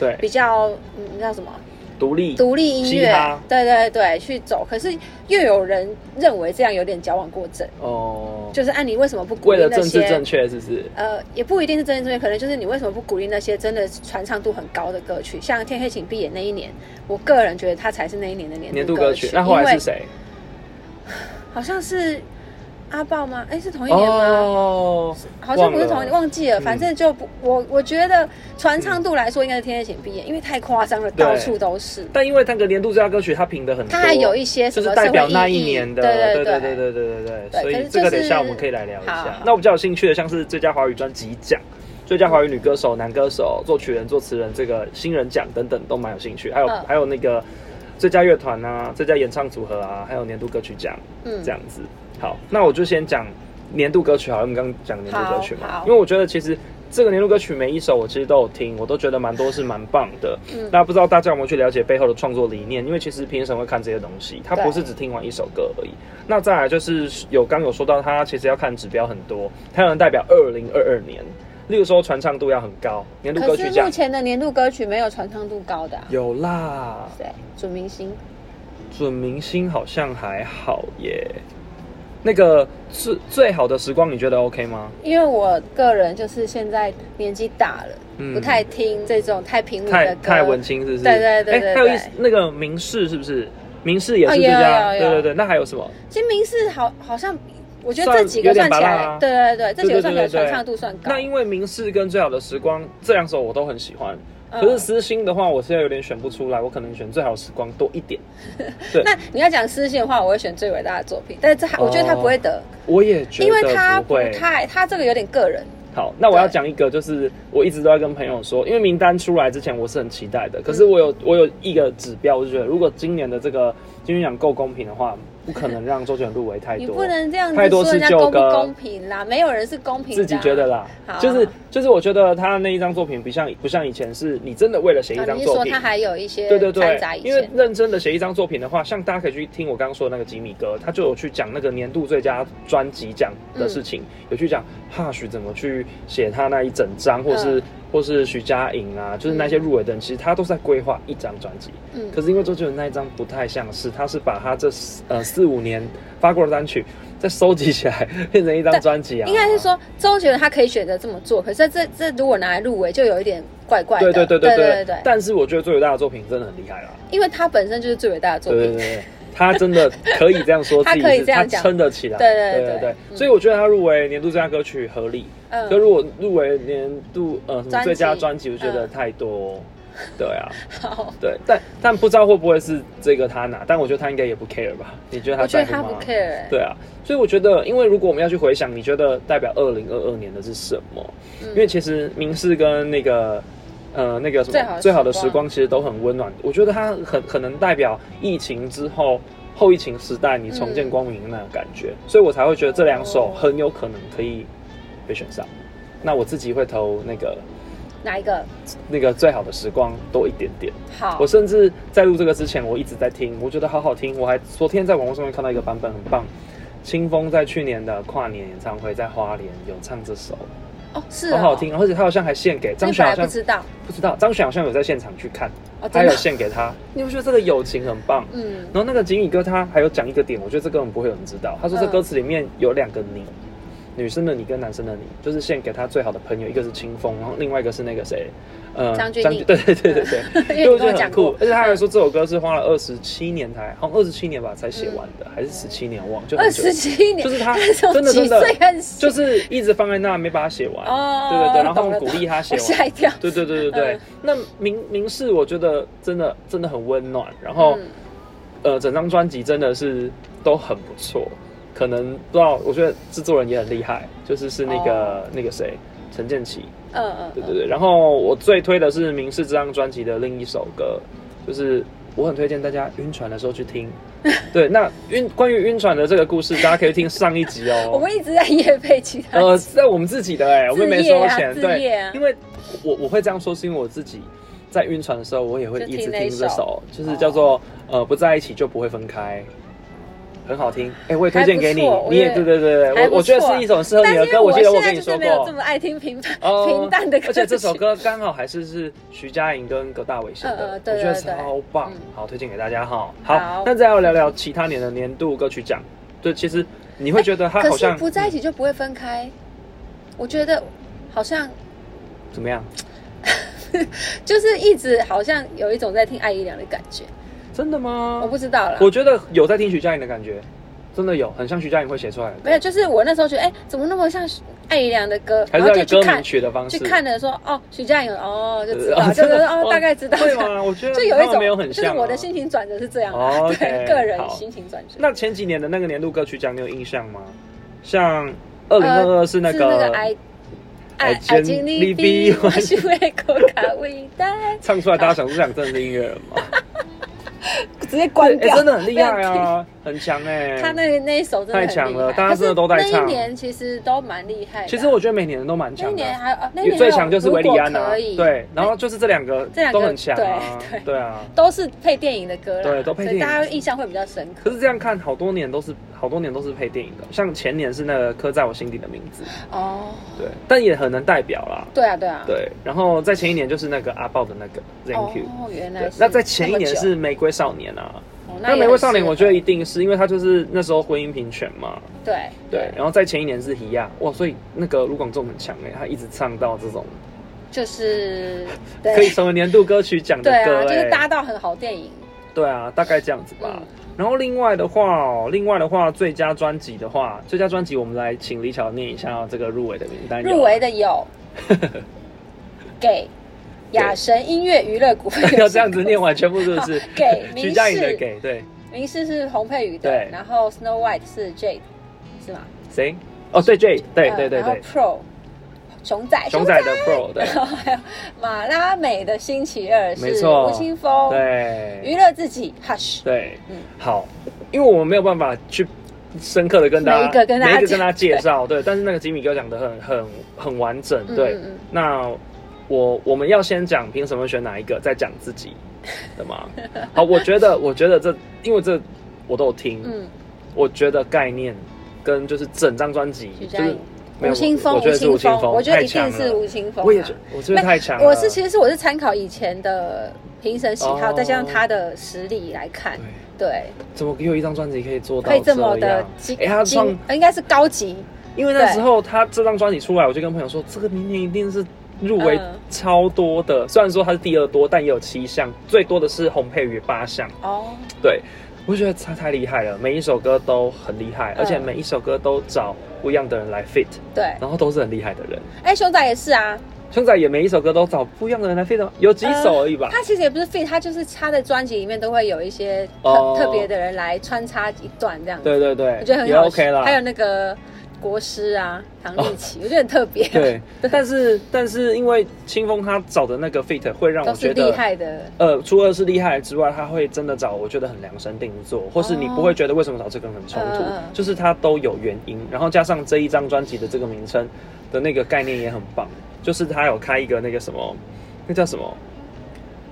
[SPEAKER 1] 对
[SPEAKER 2] 比较嗯叫什么
[SPEAKER 1] 独立
[SPEAKER 2] 独立音
[SPEAKER 1] 嘻
[SPEAKER 2] 乐
[SPEAKER 1] 哈，
[SPEAKER 2] 对对对，去走。可是又有人认为这样有点矫枉过正，
[SPEAKER 1] 哦，
[SPEAKER 2] 就是按、啊、你为什么不鼓
[SPEAKER 1] 为
[SPEAKER 2] 励
[SPEAKER 1] 了
[SPEAKER 2] 那
[SPEAKER 1] 政治
[SPEAKER 2] 些
[SPEAKER 1] 正？确是不是？
[SPEAKER 2] 呃，也不一定是真正正确，可能就是你为什么不鼓励那些真的传唱度很高的歌曲？像《天黑请闭眼》那一年，我个人觉得它才是那一年的年
[SPEAKER 1] 年
[SPEAKER 2] 度
[SPEAKER 1] 度
[SPEAKER 2] 歌
[SPEAKER 1] 歌
[SPEAKER 2] 曲
[SPEAKER 1] 曲，，那后来
[SPEAKER 2] 因为
[SPEAKER 1] 是谁？
[SPEAKER 2] 好像是阿豹吗？哎，是同一年吗？，好像不是同一
[SPEAKER 1] 哦忘
[SPEAKER 2] 年，
[SPEAKER 1] 了
[SPEAKER 2] 忘记
[SPEAKER 1] 嗯
[SPEAKER 2] 了。反正就不，我我觉得传唱度来说，应该是《天黑请闭眼》，因为太夸张了，
[SPEAKER 1] 对
[SPEAKER 2] 到处都是。
[SPEAKER 1] 但因为那个年度最佳歌曲，他评的很多，
[SPEAKER 2] 它还有一些什
[SPEAKER 1] 就是
[SPEAKER 2] 么
[SPEAKER 1] 代
[SPEAKER 2] 社
[SPEAKER 1] 表
[SPEAKER 2] 会
[SPEAKER 1] 那
[SPEAKER 2] 意
[SPEAKER 1] 一
[SPEAKER 2] 义，
[SPEAKER 1] 年的，
[SPEAKER 2] 对
[SPEAKER 1] 对
[SPEAKER 2] 对
[SPEAKER 1] 对对对
[SPEAKER 2] 对
[SPEAKER 1] 对，所
[SPEAKER 2] 可是
[SPEAKER 1] 以
[SPEAKER 2] 就
[SPEAKER 1] 这个等一下
[SPEAKER 2] 是
[SPEAKER 1] 我们可以来聊一
[SPEAKER 2] 好
[SPEAKER 1] 下
[SPEAKER 2] 好。
[SPEAKER 1] 那我比较有兴趣的，像是最佳华语专辑奖、最佳华语女歌手、男歌手、作曲人、作词人、这个新人奖等等，都蛮有兴趣。还有
[SPEAKER 2] 嗯
[SPEAKER 1] 还有那个最佳乐团啊、最佳演唱组合啊，还有年度歌曲奖
[SPEAKER 2] 嗯
[SPEAKER 1] 这样子。好，那我就先讲年度歌曲好了，我们刚刚讲年度歌曲
[SPEAKER 2] 好
[SPEAKER 1] 嘛
[SPEAKER 2] 好，
[SPEAKER 1] 因为我觉得其实这个年度歌曲每一首我其实都有听，我都觉得蛮多是蛮棒的。
[SPEAKER 2] 嗯
[SPEAKER 1] 那不知道大家有没有去了解背后的创作理念？因为其实评审会看这些东西，他
[SPEAKER 2] 对
[SPEAKER 1] 不是只听完一首歌而已。那再来就是有刚有说到，他其实要看指标很多，他能代表二零二二年，例如说传唱度要很高，年度歌
[SPEAKER 2] 可
[SPEAKER 1] 曲
[SPEAKER 2] 是
[SPEAKER 1] 奖
[SPEAKER 2] 目前的年度歌曲没有传唱度高的、啊，
[SPEAKER 1] 有啦，
[SPEAKER 2] 对，准明星
[SPEAKER 1] 准明星好像还好耶。那个最最好的时光，你觉得 OK 吗？
[SPEAKER 2] 因为我个人就是现在年纪大了，
[SPEAKER 1] 嗯
[SPEAKER 2] 不太听这种太平稳
[SPEAKER 1] 太
[SPEAKER 2] 的歌，
[SPEAKER 1] 太文青是不是？
[SPEAKER 2] 对对对
[SPEAKER 1] 哎
[SPEAKER 2] 对
[SPEAKER 1] 还有
[SPEAKER 2] 对
[SPEAKER 1] 一那个明视是不是？明视也
[SPEAKER 2] 哦
[SPEAKER 1] 是最
[SPEAKER 2] 有
[SPEAKER 1] 佳，
[SPEAKER 2] 有
[SPEAKER 1] 对
[SPEAKER 2] 有
[SPEAKER 1] 对对。那还有什么？
[SPEAKER 2] 金明是好好像，我觉得
[SPEAKER 1] 算
[SPEAKER 2] 这几个
[SPEAKER 1] 有点
[SPEAKER 2] 算起
[SPEAKER 1] 拔
[SPEAKER 2] 来，
[SPEAKER 1] 辣啊
[SPEAKER 2] 对对对，这几个算起来
[SPEAKER 1] 对对对对
[SPEAKER 2] 传
[SPEAKER 1] 对
[SPEAKER 2] 唱度算高。
[SPEAKER 1] 那因为《明视》跟《最好的时光》这两首我都很喜欢，
[SPEAKER 2] 嗯
[SPEAKER 1] 可是私心的话，我现在有点选不出来，我可能选《最好的时光》多一点。
[SPEAKER 2] 那你要讲私信的话，我会选最伟大的作品，但是这还我觉得他不会得，
[SPEAKER 1] 哦我也觉得
[SPEAKER 2] 因为他
[SPEAKER 1] 不
[SPEAKER 2] 不
[SPEAKER 1] 会，
[SPEAKER 2] 太，他这个有点个人，
[SPEAKER 1] 好，那我要
[SPEAKER 2] 对
[SPEAKER 1] 讲一个，就是我一直都在跟朋友说，因为名单出来之前我是很期待的，可
[SPEAKER 2] 嗯
[SPEAKER 1] 是我有我有一个指标，我就觉得如果今年的这个金曲奖够公平的话，不可能让周杰伦入围太
[SPEAKER 2] 你
[SPEAKER 1] 多。
[SPEAKER 2] 不能这样子
[SPEAKER 1] 太多
[SPEAKER 2] 说人家
[SPEAKER 1] 是就
[SPEAKER 2] 公不
[SPEAKER 1] 个
[SPEAKER 2] 公平啦，没有人是公平的
[SPEAKER 1] 自
[SPEAKER 2] 啊、
[SPEAKER 1] 己觉得啦
[SPEAKER 2] 好，
[SPEAKER 1] 就是就是，我觉得他那一张作品不像不像以前是你真的为了写一
[SPEAKER 2] 啊，
[SPEAKER 1] 张
[SPEAKER 2] 你是
[SPEAKER 1] 作
[SPEAKER 2] 说
[SPEAKER 1] 品
[SPEAKER 2] 他，还有一些
[SPEAKER 1] 对对
[SPEAKER 2] 掺
[SPEAKER 1] 对
[SPEAKER 2] 杂以，前
[SPEAKER 1] 因为认真的写一张作品的话，像大家可以去听我刚刚说的那个吉米哥，他就有去讲那个年度最佳专辑奖的事情，
[SPEAKER 2] 嗯
[SPEAKER 1] 有去讲 Hush 怎么去写他那一整张，或是、
[SPEAKER 2] 嗯
[SPEAKER 1] 或是徐佳莹啊，就是那些入围的人，其实他都是在规划一张专辑。
[SPEAKER 2] 嗯
[SPEAKER 1] 可是因为周杰伦那一张不太像是，他是把他这呃四五年发过的单曲再收集起来，变成一张
[SPEAKER 2] 对
[SPEAKER 1] 专辑啊。
[SPEAKER 2] 应该是说周杰伦他可以选择这么做，可是这这如果拿来入围，就有一点怪怪的。
[SPEAKER 1] 对对对
[SPEAKER 2] 对
[SPEAKER 1] 对
[SPEAKER 2] 对对
[SPEAKER 1] 但是我觉得最伟大的作品真的很厉害啦。
[SPEAKER 2] 因为他本身就是最伟大的作
[SPEAKER 1] 对对对
[SPEAKER 2] 品。
[SPEAKER 1] 对，他真的可以这样说自己是，
[SPEAKER 2] [LAUGHS] 他可以这样讲
[SPEAKER 1] 他撑得起来。
[SPEAKER 2] 对对对
[SPEAKER 1] 对
[SPEAKER 2] 嗯
[SPEAKER 1] 所以我觉得他入围年度最佳歌曲合理。
[SPEAKER 2] 嗯
[SPEAKER 1] 可如果入围年度呃什
[SPEAKER 2] 专
[SPEAKER 1] 么
[SPEAKER 2] 辑
[SPEAKER 1] 最佳专辑，我觉得
[SPEAKER 2] 嗯
[SPEAKER 1] 太多。 [LAUGHS] 对啊，
[SPEAKER 2] 好，
[SPEAKER 1] 对，但但不知道会不会是这个他拿，但我觉得他应该也不 care 吧？你觉得他
[SPEAKER 2] 我觉
[SPEAKER 1] 在
[SPEAKER 2] 得
[SPEAKER 1] 乎吗？
[SPEAKER 2] 他不 care 欸、
[SPEAKER 1] 对啊，所以我觉得，因为如果我们要去回想，你觉得代表二零二二年的是什么？
[SPEAKER 2] 嗯
[SPEAKER 1] 因为其实明视跟那个呃那个什
[SPEAKER 2] 最好
[SPEAKER 1] 么
[SPEAKER 2] 的
[SPEAKER 1] 最好的
[SPEAKER 2] 时
[SPEAKER 1] 时光其实都很温暖，我觉得它很可能代表疫情之后后疫情时代你重见
[SPEAKER 2] 嗯
[SPEAKER 1] 光明的那种感觉，所以我才会觉得这两首
[SPEAKER 2] 哦
[SPEAKER 1] 很有可能可以被选上。那我自己会投那个
[SPEAKER 2] 哪一个
[SPEAKER 1] 那个最好的时光多一点点。
[SPEAKER 2] 好
[SPEAKER 1] 我？甚至在录这个之前，我一直在听，我觉得好好听。我还昨天在网络上面看到一个版本，很棒。清风在去年的跨年演唱会在花莲有唱这首，
[SPEAKER 2] 哦，是
[SPEAKER 1] 好
[SPEAKER 2] 哦
[SPEAKER 1] 好，听，而且他好像还献给张
[SPEAKER 2] 你
[SPEAKER 1] 悬，
[SPEAKER 2] 本
[SPEAKER 1] 好像
[SPEAKER 2] 来不知道
[SPEAKER 1] 不知道张悬好像有在现场去看，
[SPEAKER 2] 哦，
[SPEAKER 1] 他
[SPEAKER 2] 真
[SPEAKER 1] 有
[SPEAKER 2] 的，
[SPEAKER 1] 献给他。你不觉得这个友情很棒？ [LAUGHS]
[SPEAKER 2] 嗯，
[SPEAKER 1] 然后那个吉米哥他还有讲一个点，我觉得这根本不会有人知道。他说这
[SPEAKER 2] 嗯
[SPEAKER 1] 歌词里面有两个你，女生的你跟男生的你，就是献给他最好的朋友，一个是清风，然后另外一个是那个谁，呃，
[SPEAKER 2] 张钧甯
[SPEAKER 1] 对对对对
[SPEAKER 2] [LAUGHS]
[SPEAKER 1] 对。 [LAUGHS] 对，
[SPEAKER 2] 因为你
[SPEAKER 1] 我
[SPEAKER 2] 跟
[SPEAKER 1] 觉
[SPEAKER 2] 我
[SPEAKER 1] 得
[SPEAKER 2] 讲
[SPEAKER 1] 很酷
[SPEAKER 2] 过，，嗯
[SPEAKER 1] 而且他还说这首歌是花了二十七年才，好像二十七年吧才写完的，还是十七年忘了，就很
[SPEAKER 2] 嗯二
[SPEAKER 1] 久
[SPEAKER 2] 十七年， [LAUGHS]
[SPEAKER 1] 就是他
[SPEAKER 2] 从
[SPEAKER 1] 真的
[SPEAKER 2] 几
[SPEAKER 1] 真的
[SPEAKER 2] 岁开始？
[SPEAKER 1] 就是一直放在那没把它写完，
[SPEAKER 2] 哦
[SPEAKER 1] 对对对，然后
[SPEAKER 2] 懂了
[SPEAKER 1] 鼓励他写
[SPEAKER 2] 我吓
[SPEAKER 1] 完，
[SPEAKER 2] 一跳。
[SPEAKER 1] 对对对对对
[SPEAKER 2] 嗯。
[SPEAKER 1] 那明明示我觉得真的真的很温暖，然后
[SPEAKER 2] 嗯
[SPEAKER 1] 呃整张专辑真的是都很不错，可能不知道，我觉得制作人也很厉害，就是是那
[SPEAKER 2] 哦
[SPEAKER 1] 个那个谁陈建奇，
[SPEAKER 2] 嗯嗯，
[SPEAKER 1] 对对对，然后我最推的是《明示》这张专辑的另一首歌，就是我很推荐大家晕船的时候去
[SPEAKER 2] [LAUGHS]
[SPEAKER 1] 听。对，那晕关于晕船的这个故事，大家可以听上一集哦。
[SPEAKER 2] [LAUGHS] 我们一直在夜配其他
[SPEAKER 1] 呃，在我们自己的哎、我们没
[SPEAKER 2] 自业
[SPEAKER 1] 收
[SPEAKER 2] 啊
[SPEAKER 1] 钱，
[SPEAKER 2] 自
[SPEAKER 1] 对
[SPEAKER 2] 业啊，
[SPEAKER 1] 因为我我会这样说，是因为我自己在晕船的时候，我也会
[SPEAKER 2] 就
[SPEAKER 1] 一
[SPEAKER 2] 听
[SPEAKER 1] 直
[SPEAKER 2] 那一
[SPEAKER 1] 听这
[SPEAKER 2] 首
[SPEAKER 1] 首，
[SPEAKER 2] 哦
[SPEAKER 1] 就是叫做、呃不在一起就不会分开。很好听，哎、我也推荐给你
[SPEAKER 2] 还不错，
[SPEAKER 1] 你也
[SPEAKER 2] 我觉
[SPEAKER 1] 对
[SPEAKER 2] 得
[SPEAKER 1] 对对
[SPEAKER 2] 还
[SPEAKER 1] 对，我
[SPEAKER 2] 不
[SPEAKER 1] 我觉得
[SPEAKER 2] 错
[SPEAKER 1] 是一首很适合
[SPEAKER 2] 但
[SPEAKER 1] 你
[SPEAKER 2] 是
[SPEAKER 1] 的
[SPEAKER 2] 因为
[SPEAKER 1] 歌，我记得我
[SPEAKER 2] 现在
[SPEAKER 1] 跟你
[SPEAKER 2] 就是
[SPEAKER 1] 说
[SPEAKER 2] 没有
[SPEAKER 1] 过
[SPEAKER 2] 这。么爱听平 [LAUGHS] 淡、
[SPEAKER 1] 哦
[SPEAKER 2] 平淡的歌曲，
[SPEAKER 1] 而且这首歌刚好还是是徐佳莹跟葛大伟写
[SPEAKER 2] 嗯
[SPEAKER 1] 的
[SPEAKER 2] 嗯，对
[SPEAKER 1] 我觉得
[SPEAKER 2] 对对
[SPEAKER 1] 超棒
[SPEAKER 2] 嗯，
[SPEAKER 1] 好推荐给大家哈。
[SPEAKER 2] 好
[SPEAKER 1] 好，那再要聊聊其他年的年度歌曲奖，就其实你会觉得它
[SPEAKER 2] 可
[SPEAKER 1] 好
[SPEAKER 2] 是
[SPEAKER 1] 像嗯
[SPEAKER 2] 不在一起就不会分开。我觉得好像
[SPEAKER 1] 怎么样？
[SPEAKER 2] 就是一直好像有一种在听艾怡良的感觉，
[SPEAKER 1] 真的
[SPEAKER 2] 我
[SPEAKER 1] 吗？
[SPEAKER 2] 不知道啦。
[SPEAKER 1] 我觉得有在听徐佳莹的感觉，真的有，很像徐佳莹会写出来的歌
[SPEAKER 2] 没有，就是我那时候觉得，哎、怎么那么像艾怡良的歌？
[SPEAKER 1] 还
[SPEAKER 2] 然
[SPEAKER 1] 是
[SPEAKER 2] 后
[SPEAKER 1] 要
[SPEAKER 2] 就
[SPEAKER 1] 有歌名
[SPEAKER 2] 去看，
[SPEAKER 1] 取的方
[SPEAKER 2] 去
[SPEAKER 1] 式。 [LAUGHS]
[SPEAKER 2] 看了说，哦，徐佳莹，哦，就知
[SPEAKER 1] 呃 [LAUGHS]
[SPEAKER 2] 道，
[SPEAKER 1] 哦
[SPEAKER 2] 就
[SPEAKER 1] 真
[SPEAKER 2] 是
[SPEAKER 1] 的
[SPEAKER 2] 哦，
[SPEAKER 1] 哦
[SPEAKER 2] 大
[SPEAKER 1] [LAUGHS]
[SPEAKER 2] 概知道。
[SPEAKER 1] 会吗？我觉得
[SPEAKER 2] [LAUGHS] 就有一
[SPEAKER 1] 他们
[SPEAKER 2] 种，
[SPEAKER 1] 没有很
[SPEAKER 2] 就是
[SPEAKER 1] 像啊
[SPEAKER 2] 我的心情转折是这样啊，
[SPEAKER 1] 哦
[SPEAKER 2] 对，
[SPEAKER 1] ，OK，
[SPEAKER 2] 个人
[SPEAKER 1] 好
[SPEAKER 2] 心情转折。
[SPEAKER 1] 那前几年的那个年度歌曲奖，你有印象吗？像二零二二是那
[SPEAKER 2] 呃是那个
[SPEAKER 1] 个
[SPEAKER 2] 爱
[SPEAKER 1] 爱
[SPEAKER 2] 爱爱情
[SPEAKER 1] 情
[SPEAKER 2] 里
[SPEAKER 1] 里
[SPEAKER 2] 比
[SPEAKER 1] 比
[SPEAKER 2] [LAUGHS] 我是为国家伟大，
[SPEAKER 1] 唱出来，大家想是想真的是音乐人吗？
[SPEAKER 2] [LAUGHS] 直接关
[SPEAKER 1] 哎
[SPEAKER 2] 掉。
[SPEAKER 1] 真的很厉害啊，很强哎、
[SPEAKER 2] 他那个那一首真的很
[SPEAKER 1] 太强
[SPEAKER 2] 厉害
[SPEAKER 1] 了大家真的都在
[SPEAKER 2] 可是
[SPEAKER 1] 唱
[SPEAKER 2] 那一年其实都蛮厉害的啊。
[SPEAKER 1] 其实我觉得每年都蛮
[SPEAKER 2] 那一
[SPEAKER 1] 强的，
[SPEAKER 2] 年还有哦那一
[SPEAKER 1] 也
[SPEAKER 2] 年
[SPEAKER 1] 最
[SPEAKER 2] 还有
[SPEAKER 1] 强就是维里安
[SPEAKER 2] 如
[SPEAKER 1] 啊
[SPEAKER 2] 果可，以，
[SPEAKER 1] 对，然后就是这两个
[SPEAKER 2] 这两个
[SPEAKER 1] 都很强啊
[SPEAKER 2] 对，
[SPEAKER 1] 对啊。
[SPEAKER 2] 都是配电影的歌啦，
[SPEAKER 1] 对都配电影
[SPEAKER 2] 所以大家印象会比较深
[SPEAKER 1] 可
[SPEAKER 2] 刻。
[SPEAKER 1] 是这样看，好多年都是好多年都是配电影的，像前年是那个刻在我心底的名字，
[SPEAKER 2] 哦，
[SPEAKER 1] 对，但也很能代表啦，
[SPEAKER 2] 对啊，对啊，
[SPEAKER 1] 对。然后在前一年就是那个阿豹的那个 Thank You，、
[SPEAKER 2] 哦，原来
[SPEAKER 1] 对
[SPEAKER 2] 是。
[SPEAKER 1] 那在前一年
[SPEAKER 2] 这么久，
[SPEAKER 1] 是玫瑰少年啊，
[SPEAKER 2] 哦
[SPEAKER 1] 那
[SPEAKER 2] 也
[SPEAKER 1] 玫瑰少年
[SPEAKER 2] 很
[SPEAKER 1] 我觉得
[SPEAKER 2] 适
[SPEAKER 1] 一定是因为他就是那时候婚姻平权嘛，
[SPEAKER 2] 合对
[SPEAKER 1] 对，，然后在前一年是一亚，哇，所以那个卢广仲很强哎、他一直唱到这种
[SPEAKER 2] 就是
[SPEAKER 1] 可以
[SPEAKER 2] 对
[SPEAKER 1] 成为年度歌曲奖的
[SPEAKER 2] 对
[SPEAKER 1] 歌
[SPEAKER 2] 啊，
[SPEAKER 1] 哎、
[SPEAKER 2] 就是搭到很好电影，
[SPEAKER 1] 对啊，大概这样子吧。
[SPEAKER 2] 嗯
[SPEAKER 1] 然后另外的话哦，另外的话，最佳专辑的话，最佳专辑我们来请李巧念一下哦这个入围的名单。
[SPEAKER 2] 入围的有给雅神音乐娱乐股份有限
[SPEAKER 1] [LAUGHS] [LAUGHS] 要这样子念完全部是不是
[SPEAKER 2] 好？ [LAUGHS] 给
[SPEAKER 1] [LAUGHS] 徐佳莹
[SPEAKER 2] 明
[SPEAKER 1] 的
[SPEAKER 2] 世
[SPEAKER 1] 给对
[SPEAKER 2] 名士是洪佩瑜的，
[SPEAKER 1] 对
[SPEAKER 2] 然后 Snow White 是 Jade 是吗？
[SPEAKER 1] 谁？哦，对 J，对
[SPEAKER 2] 呃
[SPEAKER 1] 对对
[SPEAKER 2] 然后
[SPEAKER 1] 对，
[SPEAKER 2] Pro 熊仔，
[SPEAKER 1] 熊仔的 Pro 对
[SPEAKER 2] 然后 [LAUGHS] 还有马拉美的星期二是
[SPEAKER 1] 没错
[SPEAKER 2] 吴青峰，，
[SPEAKER 1] 对
[SPEAKER 2] 娱乐自己 Hush，
[SPEAKER 1] 对
[SPEAKER 2] 嗯，
[SPEAKER 1] 好，因为我们没有办法去深刻的跟大家
[SPEAKER 2] 每一个跟大家
[SPEAKER 1] 每一个跟大家
[SPEAKER 2] 介
[SPEAKER 1] 介
[SPEAKER 2] [LAUGHS]
[SPEAKER 1] 绍，对，但是那个吉米哥讲的很很很完整，
[SPEAKER 2] 嗯
[SPEAKER 1] 对
[SPEAKER 2] 嗯嗯，
[SPEAKER 1] 那。我我们要先讲凭什么选哪一个，再讲自己的吗？好，我觉
[SPEAKER 2] [LAUGHS]
[SPEAKER 1] 得，我觉得这，因为这我都有听，
[SPEAKER 2] 嗯，
[SPEAKER 1] 我觉得概念跟就是整张专辑
[SPEAKER 2] 徐
[SPEAKER 1] 就
[SPEAKER 2] 佳
[SPEAKER 1] 是
[SPEAKER 2] 莹
[SPEAKER 1] 没有
[SPEAKER 2] 吴青峰，
[SPEAKER 1] 我觉得是吴青峰，
[SPEAKER 2] 我觉得
[SPEAKER 1] 太
[SPEAKER 2] 一
[SPEAKER 1] 强
[SPEAKER 2] 定
[SPEAKER 1] 了
[SPEAKER 2] 是吴青峰啊，
[SPEAKER 1] 我也觉得，我觉得太强了。
[SPEAKER 2] 我是其实是我是参考以前的评审喜好，
[SPEAKER 1] 哦
[SPEAKER 2] 再加上他的实力来看
[SPEAKER 1] 对，，
[SPEAKER 2] 对，
[SPEAKER 1] 怎么有一张专辑可以做到
[SPEAKER 2] 可以这么的
[SPEAKER 1] 样
[SPEAKER 2] 精
[SPEAKER 1] 哎，他创
[SPEAKER 2] 精，，应该是高级，
[SPEAKER 1] 因为那时候他这张专辑出来，我就跟朋友说，这个明年一定是入围
[SPEAKER 2] 嗯
[SPEAKER 1] 超多的。虽然说他是第二多，但也有七项，最多的是红配与八项。
[SPEAKER 2] 哦，
[SPEAKER 1] 对，我就觉得他太厉害了，每一首歌都很厉害，
[SPEAKER 2] 嗯
[SPEAKER 1] 而且每一首歌都找不一样的人来 fit，
[SPEAKER 2] 对，
[SPEAKER 1] 然后都是很厉害的人。
[SPEAKER 2] 哎，熊仔也是啊，
[SPEAKER 1] 熊仔也每一首歌都找不一样的人来 fit 吗？有几首而已吧。
[SPEAKER 2] 他其实也不是 fit，他就是他的专辑里面都会有一些特、
[SPEAKER 1] 哦
[SPEAKER 2] 特别的人来穿插一段这样子，
[SPEAKER 1] 对对对，
[SPEAKER 2] 我觉得很
[SPEAKER 1] 也
[SPEAKER 2] 好
[SPEAKER 1] OK 啦。哦
[SPEAKER 2] 还有那个国师啊，唐立奇，我觉得很特别，，
[SPEAKER 1] 对，但是但是因为清风他找的那个 fit 会让我
[SPEAKER 2] [LAUGHS] 都
[SPEAKER 1] 觉
[SPEAKER 2] 是厉
[SPEAKER 1] 得，
[SPEAKER 2] 害的，
[SPEAKER 1] 呃，除了是厉害之外，他会真的找我觉得很量身定做，或是你
[SPEAKER 2] 哦
[SPEAKER 1] 不会觉得为什么找这个人很冲突，
[SPEAKER 2] 嗯嗯嗯
[SPEAKER 1] 就是他都有原因。然后加上这一张专辑的这个名称的那个概念也很棒，就是他有开一个那个什么，那叫什么？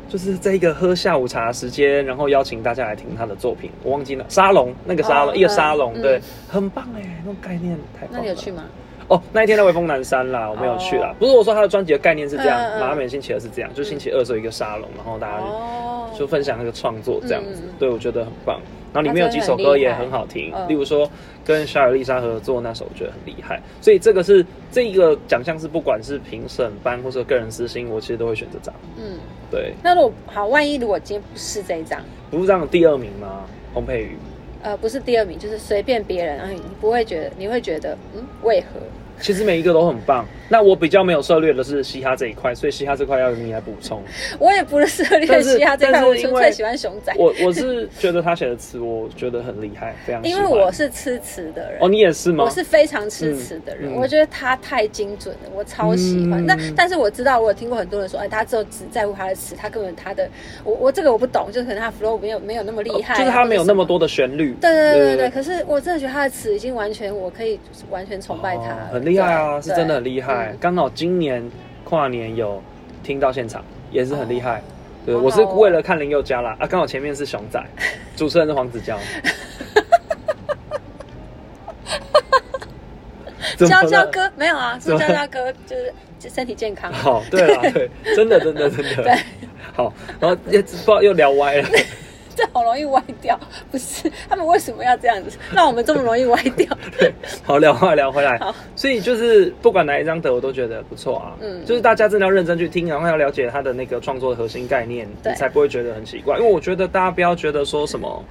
[SPEAKER 1] 就是在一个喝下午茶的时间，然后邀请大家来听他的作品，我忘记了沙龙那个沙龙、
[SPEAKER 2] 哦
[SPEAKER 1] 一个沙龙，
[SPEAKER 2] 嗯
[SPEAKER 1] 对，
[SPEAKER 2] 嗯
[SPEAKER 1] 很棒哎，那种概念太棒了。
[SPEAKER 2] 那你有去吗？
[SPEAKER 1] 哦，那一天在威风南山啦，我没有去啦。
[SPEAKER 2] 哦
[SPEAKER 1] 不是我说他的专辑的概念是这样，
[SPEAKER 2] 嗯嗯嗯
[SPEAKER 1] 马美星期二是这样，就星期二是一个沙龙，然后大家
[SPEAKER 2] 哦
[SPEAKER 1] 就分享那个创作这样子
[SPEAKER 2] 嗯嗯嗯。
[SPEAKER 1] 对，我觉得很棒。然后里面有几首歌也很好听
[SPEAKER 2] 他真的很厉害，嗯
[SPEAKER 1] 例如说跟小尔丽莎合作那首，我觉得很厉害。所以这个是这一个奖项是不管是评审班或是个人私心，我其实都会选这张。
[SPEAKER 2] 嗯，
[SPEAKER 1] 对，
[SPEAKER 2] 那如果好，万一如果今天不是这一张，
[SPEAKER 1] 不是这样第二名吗？洪佩瑜，
[SPEAKER 2] 呃，不是第二名，就是随便别人，哎，你不会觉得，你会觉得，嗯，为何？
[SPEAKER 1] 其实每一个都很棒。那我比较没有涉猎的是嘻哈这一块，所以嘻哈这块要由你来补充。
[SPEAKER 2] 我也不是涉猎
[SPEAKER 1] 但是
[SPEAKER 2] 嘻哈这块，
[SPEAKER 1] 但是
[SPEAKER 2] 我
[SPEAKER 1] 因
[SPEAKER 2] 纯
[SPEAKER 1] 为
[SPEAKER 2] 粹喜欢熊仔，
[SPEAKER 1] 我我是觉得他写的词，我觉得很厉害，非常喜
[SPEAKER 2] 因
[SPEAKER 1] 欢
[SPEAKER 2] 为我是吃词的人。
[SPEAKER 1] 哦，你也是吗？
[SPEAKER 2] 我是非常吃词的人，
[SPEAKER 1] 嗯嗯
[SPEAKER 2] 我觉得他太精准了，我超喜欢。
[SPEAKER 1] 嗯
[SPEAKER 2] 那但是我知道，我有听过很多人说，哎，他只有只在乎他的词，他根本他的，我我这个我不懂，就是可能他 flow 没有没有那么厉害啊、
[SPEAKER 1] 就是他没有那么
[SPEAKER 2] 或者什。
[SPEAKER 1] 多的旋律。
[SPEAKER 2] 对对对对对，可是我真的觉得他的词已经完全，我可以完全崇拜他了、
[SPEAKER 1] 哦很厉害啊，
[SPEAKER 2] 对
[SPEAKER 1] 是真的
[SPEAKER 2] 对
[SPEAKER 1] 很厉害
[SPEAKER 2] 嗯。
[SPEAKER 1] 刚好今年跨年有听到现场，也是很厉害。对，
[SPEAKER 2] 好
[SPEAKER 1] 我是
[SPEAKER 2] 好哦
[SPEAKER 1] 为了看林宥嘉啦，啊，刚好前面是熊仔，
[SPEAKER 2] [LAUGHS]
[SPEAKER 1] 主持人是黄子佼。 [LAUGHS] 怎么
[SPEAKER 2] 娇
[SPEAKER 1] 了
[SPEAKER 2] 娇哥没有啊，
[SPEAKER 1] 怎
[SPEAKER 2] 说
[SPEAKER 1] 么
[SPEAKER 2] 娇
[SPEAKER 1] 了
[SPEAKER 2] 娇哥就是
[SPEAKER 1] [LAUGHS]
[SPEAKER 2] 身体健康。啊
[SPEAKER 1] 好，对啦，对，真的，真的，真
[SPEAKER 2] [LAUGHS]
[SPEAKER 1] 的。好，然后也不知道又聊歪了。
[SPEAKER 2] [LAUGHS] 这好容易歪掉，不是？他们为什么要这样子，让我们这么容易歪
[SPEAKER 1] [LAUGHS]
[SPEAKER 2] 掉？
[SPEAKER 1] 好，聊回来，聊回来
[SPEAKER 2] 好。
[SPEAKER 1] 所以就是不管哪一张得，我都觉得不错啊。
[SPEAKER 2] 嗯
[SPEAKER 1] 嗯，就是大家真的要认真去听，然后要了解他的那个创作的核心概念，
[SPEAKER 2] 对
[SPEAKER 1] 你才不会觉得很奇怪。因为我觉得大家不要觉得说什么，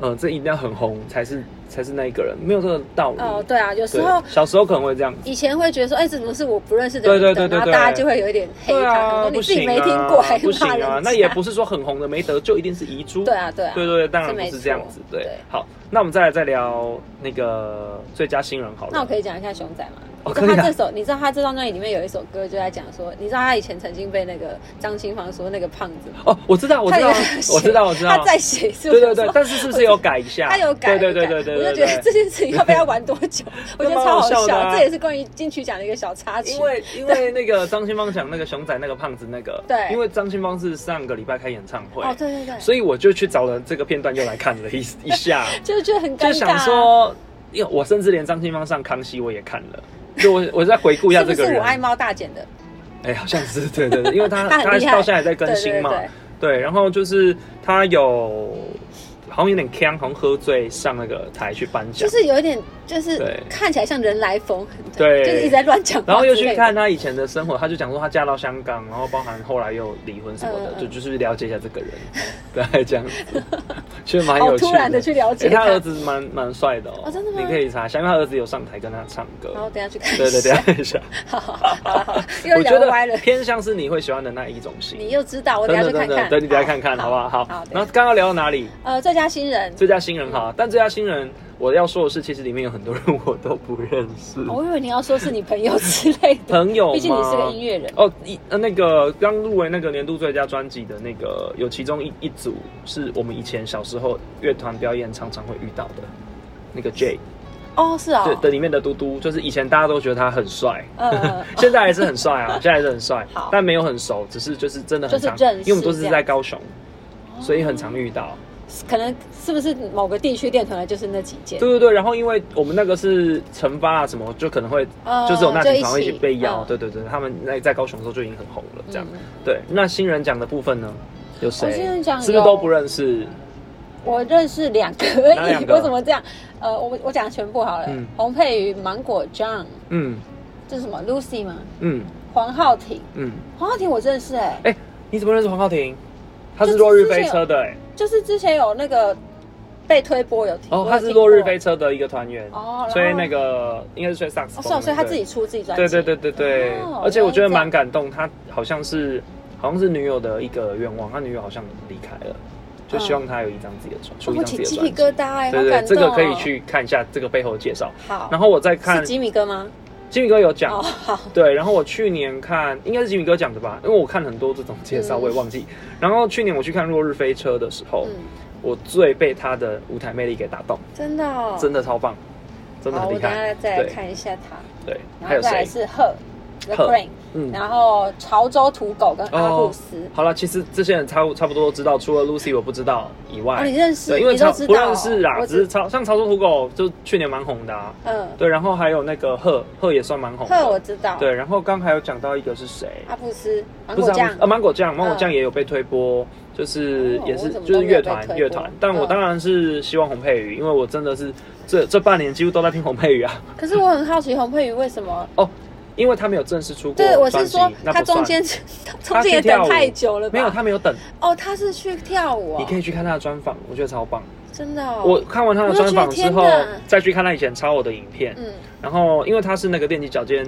[SPEAKER 1] 呃，这一定要很红才是才是那一个人，没有这个道理。
[SPEAKER 2] 哦，对啊，有时
[SPEAKER 1] 对
[SPEAKER 2] 候，
[SPEAKER 1] 小时候可能会这样。
[SPEAKER 2] 以前会觉得说，哎，怎么是我不认识的人？
[SPEAKER 1] 对对对对
[SPEAKER 2] 然后
[SPEAKER 1] 对
[SPEAKER 2] 大家就会有一点黑
[SPEAKER 1] 对
[SPEAKER 2] 他，
[SPEAKER 1] 啊，
[SPEAKER 2] 说你
[SPEAKER 1] 不
[SPEAKER 2] 自己
[SPEAKER 1] 行
[SPEAKER 2] 没
[SPEAKER 1] 啊，
[SPEAKER 2] 听过还
[SPEAKER 1] 不行
[SPEAKER 2] 骂人家
[SPEAKER 1] 啊。那也不是说很红的没得就一定是遗珠。
[SPEAKER 2] [LAUGHS] 对啊，对啊，
[SPEAKER 1] 对对对，当
[SPEAKER 2] 是
[SPEAKER 1] 然
[SPEAKER 2] 没
[SPEAKER 1] 不是这样
[SPEAKER 2] 错
[SPEAKER 1] 子。对
[SPEAKER 2] 对，
[SPEAKER 1] 好，那我们再来再聊那个最佳新人好了。
[SPEAKER 2] 那我可以讲一下熊仔吗？
[SPEAKER 1] 哦
[SPEAKER 2] 你知道
[SPEAKER 1] 可
[SPEAKER 2] 他
[SPEAKER 1] 以
[SPEAKER 2] 这
[SPEAKER 1] 啊
[SPEAKER 2] 首，你知道他这张专辑里面有一首歌就在讲说，你知道他以前曾经被那个张清芳说那个胖子吗？
[SPEAKER 1] 哦，我知道，我知道
[SPEAKER 2] 他也在，写
[SPEAKER 1] 我知道，我知道。
[SPEAKER 2] 他在写是不
[SPEAKER 1] 对
[SPEAKER 2] 是？
[SPEAKER 1] 对对，但是是不是有改一下？
[SPEAKER 2] 他有改，
[SPEAKER 1] 对对
[SPEAKER 2] 有
[SPEAKER 1] 对对
[SPEAKER 2] 改
[SPEAKER 1] 对对
[SPEAKER 2] 我就觉得这件事情要被他玩多
[SPEAKER 1] [LAUGHS]
[SPEAKER 2] 久，我觉得超
[SPEAKER 1] 那蛮
[SPEAKER 2] 好
[SPEAKER 1] 好笑的
[SPEAKER 2] 笑，
[SPEAKER 1] 啊
[SPEAKER 2] 这也是关于金曲奖的一个小插曲
[SPEAKER 1] 因。
[SPEAKER 2] [LAUGHS]
[SPEAKER 1] 为因为那个张清芳讲那个熊仔那个胖子那个，
[SPEAKER 2] 对
[SPEAKER 1] 因为张清芳是上个礼拜开演唱会，
[SPEAKER 2] 哦，对对对，
[SPEAKER 1] 所以我就去找了这个片段又来看了一一下，
[SPEAKER 2] 就是觉得很 [LAUGHS] 尴
[SPEAKER 1] 就
[SPEAKER 2] 尬。啊
[SPEAKER 1] 想说，因为我甚至连张清芳上康熙我也看了，就我我在回顾一下
[SPEAKER 2] 是
[SPEAKER 1] 这
[SPEAKER 2] 不
[SPEAKER 1] 个
[SPEAKER 2] 是
[SPEAKER 1] 人
[SPEAKER 2] 我，爱猫大姐的？
[SPEAKER 1] 哎，好像是对对对，因为
[SPEAKER 2] [LAUGHS]
[SPEAKER 1] 他
[SPEAKER 2] 他很厉害
[SPEAKER 1] 到现在还在更新嘛，
[SPEAKER 2] 对对对
[SPEAKER 1] 对，然后就是他有好像有点呛，好像喝醉上那个台去颁奖
[SPEAKER 2] 就。是有一点，就是
[SPEAKER 1] 对
[SPEAKER 2] 看起来像人来疯，
[SPEAKER 1] 对
[SPEAKER 2] 就是一直在乱讲话之类的。
[SPEAKER 1] 然后又去看她以前的生活，她就讲说她嫁到香港，然后包含后来又离婚什么的
[SPEAKER 2] 嗯，嗯
[SPEAKER 1] 就就是了解一下这个人， [LAUGHS] 对，这样子，其实蛮
[SPEAKER 2] 好
[SPEAKER 1] 有趣
[SPEAKER 2] 突然的去了解
[SPEAKER 1] 诶他
[SPEAKER 2] 他
[SPEAKER 1] 儿子蛮蛮帅的哦
[SPEAKER 2] 哦，真的吗
[SPEAKER 1] 你可以查一下，因为他儿子有上台跟他唱歌
[SPEAKER 2] 然。后等一下去看一下。
[SPEAKER 1] 对对，等一下一下，
[SPEAKER 2] [LAUGHS] 好好好好
[SPEAKER 1] [LAUGHS]
[SPEAKER 2] 好，又
[SPEAKER 1] 我觉
[SPEAKER 2] 聊
[SPEAKER 1] 得
[SPEAKER 2] 歪了。
[SPEAKER 1] 偏向是你会喜欢的那一种型。
[SPEAKER 2] 你又知道，我等
[SPEAKER 1] 真
[SPEAKER 2] 一
[SPEAKER 1] 的
[SPEAKER 2] 下去看
[SPEAKER 1] 真的，
[SPEAKER 2] 看。
[SPEAKER 1] 等你等一下看看，好不好？
[SPEAKER 2] 好
[SPEAKER 1] 好。
[SPEAKER 2] 的
[SPEAKER 1] 然后刚刚聊到哪里？
[SPEAKER 2] 呃，最佳新人，
[SPEAKER 1] 最佳新人哈，但最佳新人我要说的是，其实里面有很多人我都不认识。
[SPEAKER 2] 哦我以为你要说是你朋友之类的，
[SPEAKER 1] [LAUGHS] 朋友吗，
[SPEAKER 2] 毕竟你是个音乐人。
[SPEAKER 1] 哦，一呃那个刚入围那个年度最佳专辑的那个，有其中一一组是我们以前小时候乐团表演常常会遇到的，那个 J
[SPEAKER 2] 哦，是啊、
[SPEAKER 1] 对
[SPEAKER 2] 哦，
[SPEAKER 1] 的里面的嘟嘟，就是以前大家都觉得他很帅。
[SPEAKER 2] 嗯，嗯
[SPEAKER 1] 现在还是很帅啊，现
[SPEAKER 2] [LAUGHS]
[SPEAKER 1] 在还是很帅
[SPEAKER 2] 好，
[SPEAKER 1] 但没有很熟，只是就是真的很常，
[SPEAKER 2] 就是认
[SPEAKER 1] 因
[SPEAKER 2] 识
[SPEAKER 1] 为我们都是
[SPEAKER 2] 这样哦
[SPEAKER 1] 在高雄，所以很常遇到。
[SPEAKER 2] 可能是不是某个地区练团的就是那几件？
[SPEAKER 1] 对对对，然后因为我们那个是惩罚啊什么，就可能会
[SPEAKER 2] 嗯
[SPEAKER 1] 就是有那
[SPEAKER 2] 就
[SPEAKER 1] 几
[SPEAKER 2] 一
[SPEAKER 1] 团会一
[SPEAKER 2] 起
[SPEAKER 1] 起被邀，
[SPEAKER 2] 嗯
[SPEAKER 1] 对对对，他们那在高雄的时候就已经很红了，这样。
[SPEAKER 2] 嗯
[SPEAKER 1] 对，那新人奖的部分呢，有谁？
[SPEAKER 2] 哦新人奖有
[SPEAKER 1] 是不是都不认识？
[SPEAKER 2] 我认识两个而
[SPEAKER 1] 哪
[SPEAKER 2] 已， [LAUGHS]
[SPEAKER 1] 两个
[SPEAKER 2] 我怎么这样？呃，我我讲全部好了。
[SPEAKER 1] 嗯
[SPEAKER 2] 洪佩瑜、芒果 John，
[SPEAKER 1] 嗯
[SPEAKER 2] 这是什么 Lucy 吗？
[SPEAKER 1] 嗯
[SPEAKER 2] 黄浩庭，
[SPEAKER 1] 嗯，
[SPEAKER 2] 黄浩庭我认识哎、
[SPEAKER 1] 哎、你怎么认识黄浩庭？他是
[SPEAKER 2] 就
[SPEAKER 1] 落日
[SPEAKER 2] 之前
[SPEAKER 1] 飞车的、哎，
[SPEAKER 2] 就是之前有那个被推播有听，
[SPEAKER 1] 哦，
[SPEAKER 2] 我有
[SPEAKER 1] 他是
[SPEAKER 2] 听过
[SPEAKER 1] 落日飞车的一个团员，
[SPEAKER 2] 哦然后
[SPEAKER 1] 吹那个应该是吹萨克斯
[SPEAKER 2] 哦，
[SPEAKER 1] 风
[SPEAKER 2] 是哦，
[SPEAKER 1] 的，
[SPEAKER 2] 所以他
[SPEAKER 1] 对
[SPEAKER 2] 自己出自己专辑，
[SPEAKER 1] 对对对对对，
[SPEAKER 2] 哦
[SPEAKER 1] 而且我觉得
[SPEAKER 2] 原来是
[SPEAKER 1] 蛮感动，他好像是好像是女友的一个愿望，他女友好像离开了，就希望他有一张自己的专，
[SPEAKER 2] 这
[SPEAKER 1] 出
[SPEAKER 2] 样，
[SPEAKER 1] 一
[SPEAKER 2] 我
[SPEAKER 1] 张自
[SPEAKER 2] 嗯
[SPEAKER 1] 己的
[SPEAKER 2] 哦起鸡
[SPEAKER 1] 专
[SPEAKER 2] 皮
[SPEAKER 1] 辑。
[SPEAKER 2] 疙瘩哎、
[SPEAKER 1] 对
[SPEAKER 2] 好
[SPEAKER 1] 对，
[SPEAKER 2] 感动、
[SPEAKER 1] 这
[SPEAKER 2] 哦。
[SPEAKER 1] 个可以去看一下这个背后介绍。
[SPEAKER 2] 好，
[SPEAKER 1] 然后我再看
[SPEAKER 2] 是吉米哥吗？
[SPEAKER 1] 吉米哥有讲
[SPEAKER 2] 哦，，好，
[SPEAKER 1] 对，然后我去年看应该是吉米哥讲的吧，因为我看很多这种介绍，
[SPEAKER 2] 嗯
[SPEAKER 1] 我也忘记。然后去年我去看《落日飞车》的时候，
[SPEAKER 2] 嗯，
[SPEAKER 1] 我最被他的舞台魅力给打动，
[SPEAKER 2] 真的、哦，
[SPEAKER 1] 真的超棒，真的
[SPEAKER 2] 好，
[SPEAKER 1] 很
[SPEAKER 2] 我
[SPEAKER 1] 厉
[SPEAKER 2] 等一
[SPEAKER 1] 害
[SPEAKER 2] 下。再来
[SPEAKER 1] 对
[SPEAKER 2] 看一下他，
[SPEAKER 1] 对，还
[SPEAKER 2] 然后
[SPEAKER 1] 有
[SPEAKER 2] 再来
[SPEAKER 1] 谁？
[SPEAKER 2] 是贺 The
[SPEAKER 1] 贺
[SPEAKER 2] Brain，
[SPEAKER 1] 嗯，哦
[SPEAKER 2] 然后潮州土狗跟阿布斯。
[SPEAKER 1] 好了，其实这些人差不差不多都知道，除了 Lucy 我不知道以外，
[SPEAKER 2] 哦，你认识？
[SPEAKER 1] 对，因为
[SPEAKER 2] 你都
[SPEAKER 1] 超
[SPEAKER 2] 知
[SPEAKER 1] 不
[SPEAKER 2] 道哦、
[SPEAKER 1] 认识啊，
[SPEAKER 2] 我
[SPEAKER 1] 只是潮像潮州土狗就去年蛮红的啊，
[SPEAKER 2] 嗯，
[SPEAKER 1] 对，然后还有那个贺贺也算蛮红
[SPEAKER 2] 赫我
[SPEAKER 1] 的，
[SPEAKER 2] 知道，
[SPEAKER 1] 对，，然后刚还有讲到一个是谁？
[SPEAKER 2] 阿布斯芒
[SPEAKER 1] 不
[SPEAKER 2] 果
[SPEAKER 1] 是
[SPEAKER 2] 酱
[SPEAKER 1] 啊，呃，芒果酱，芒果酱
[SPEAKER 2] 嗯
[SPEAKER 1] 也有被推播，就是
[SPEAKER 2] 哦
[SPEAKER 1] 也
[SPEAKER 2] 我
[SPEAKER 1] 是
[SPEAKER 2] 怎么
[SPEAKER 1] 就
[SPEAKER 2] 都
[SPEAKER 1] 是
[SPEAKER 2] 没
[SPEAKER 1] 乐
[SPEAKER 2] 有被推
[SPEAKER 1] 团
[SPEAKER 2] 播
[SPEAKER 1] 乐团，但我
[SPEAKER 2] 嗯
[SPEAKER 1] 当然是希望洪佩瑜，因为我真的是这这半年几乎都在听洪佩瑜啊，哦
[SPEAKER 2] 可是我很好奇洪佩瑜为什么？
[SPEAKER 1] 因为他没有正式出过
[SPEAKER 2] 对，我
[SPEAKER 1] 专
[SPEAKER 2] 是
[SPEAKER 1] 辑
[SPEAKER 2] 说，
[SPEAKER 1] 那
[SPEAKER 2] 他
[SPEAKER 1] 不算
[SPEAKER 2] 中间
[SPEAKER 1] [LAUGHS]
[SPEAKER 2] 他中
[SPEAKER 1] 去
[SPEAKER 2] 间也
[SPEAKER 1] 跳
[SPEAKER 2] 等
[SPEAKER 1] 舞
[SPEAKER 2] 太久了吧？
[SPEAKER 1] 没有，他没有等，
[SPEAKER 2] 哦，他是去跳舞、哦，
[SPEAKER 1] 你可以去看他的专访，我觉得超棒。
[SPEAKER 2] 真的、哦，
[SPEAKER 1] 我看完他的专访之后
[SPEAKER 2] 我就觉得天哪，
[SPEAKER 1] 再去看他以前抄我的影片，
[SPEAKER 2] 嗯，
[SPEAKER 1] 然后因为他是那个踮起脚尖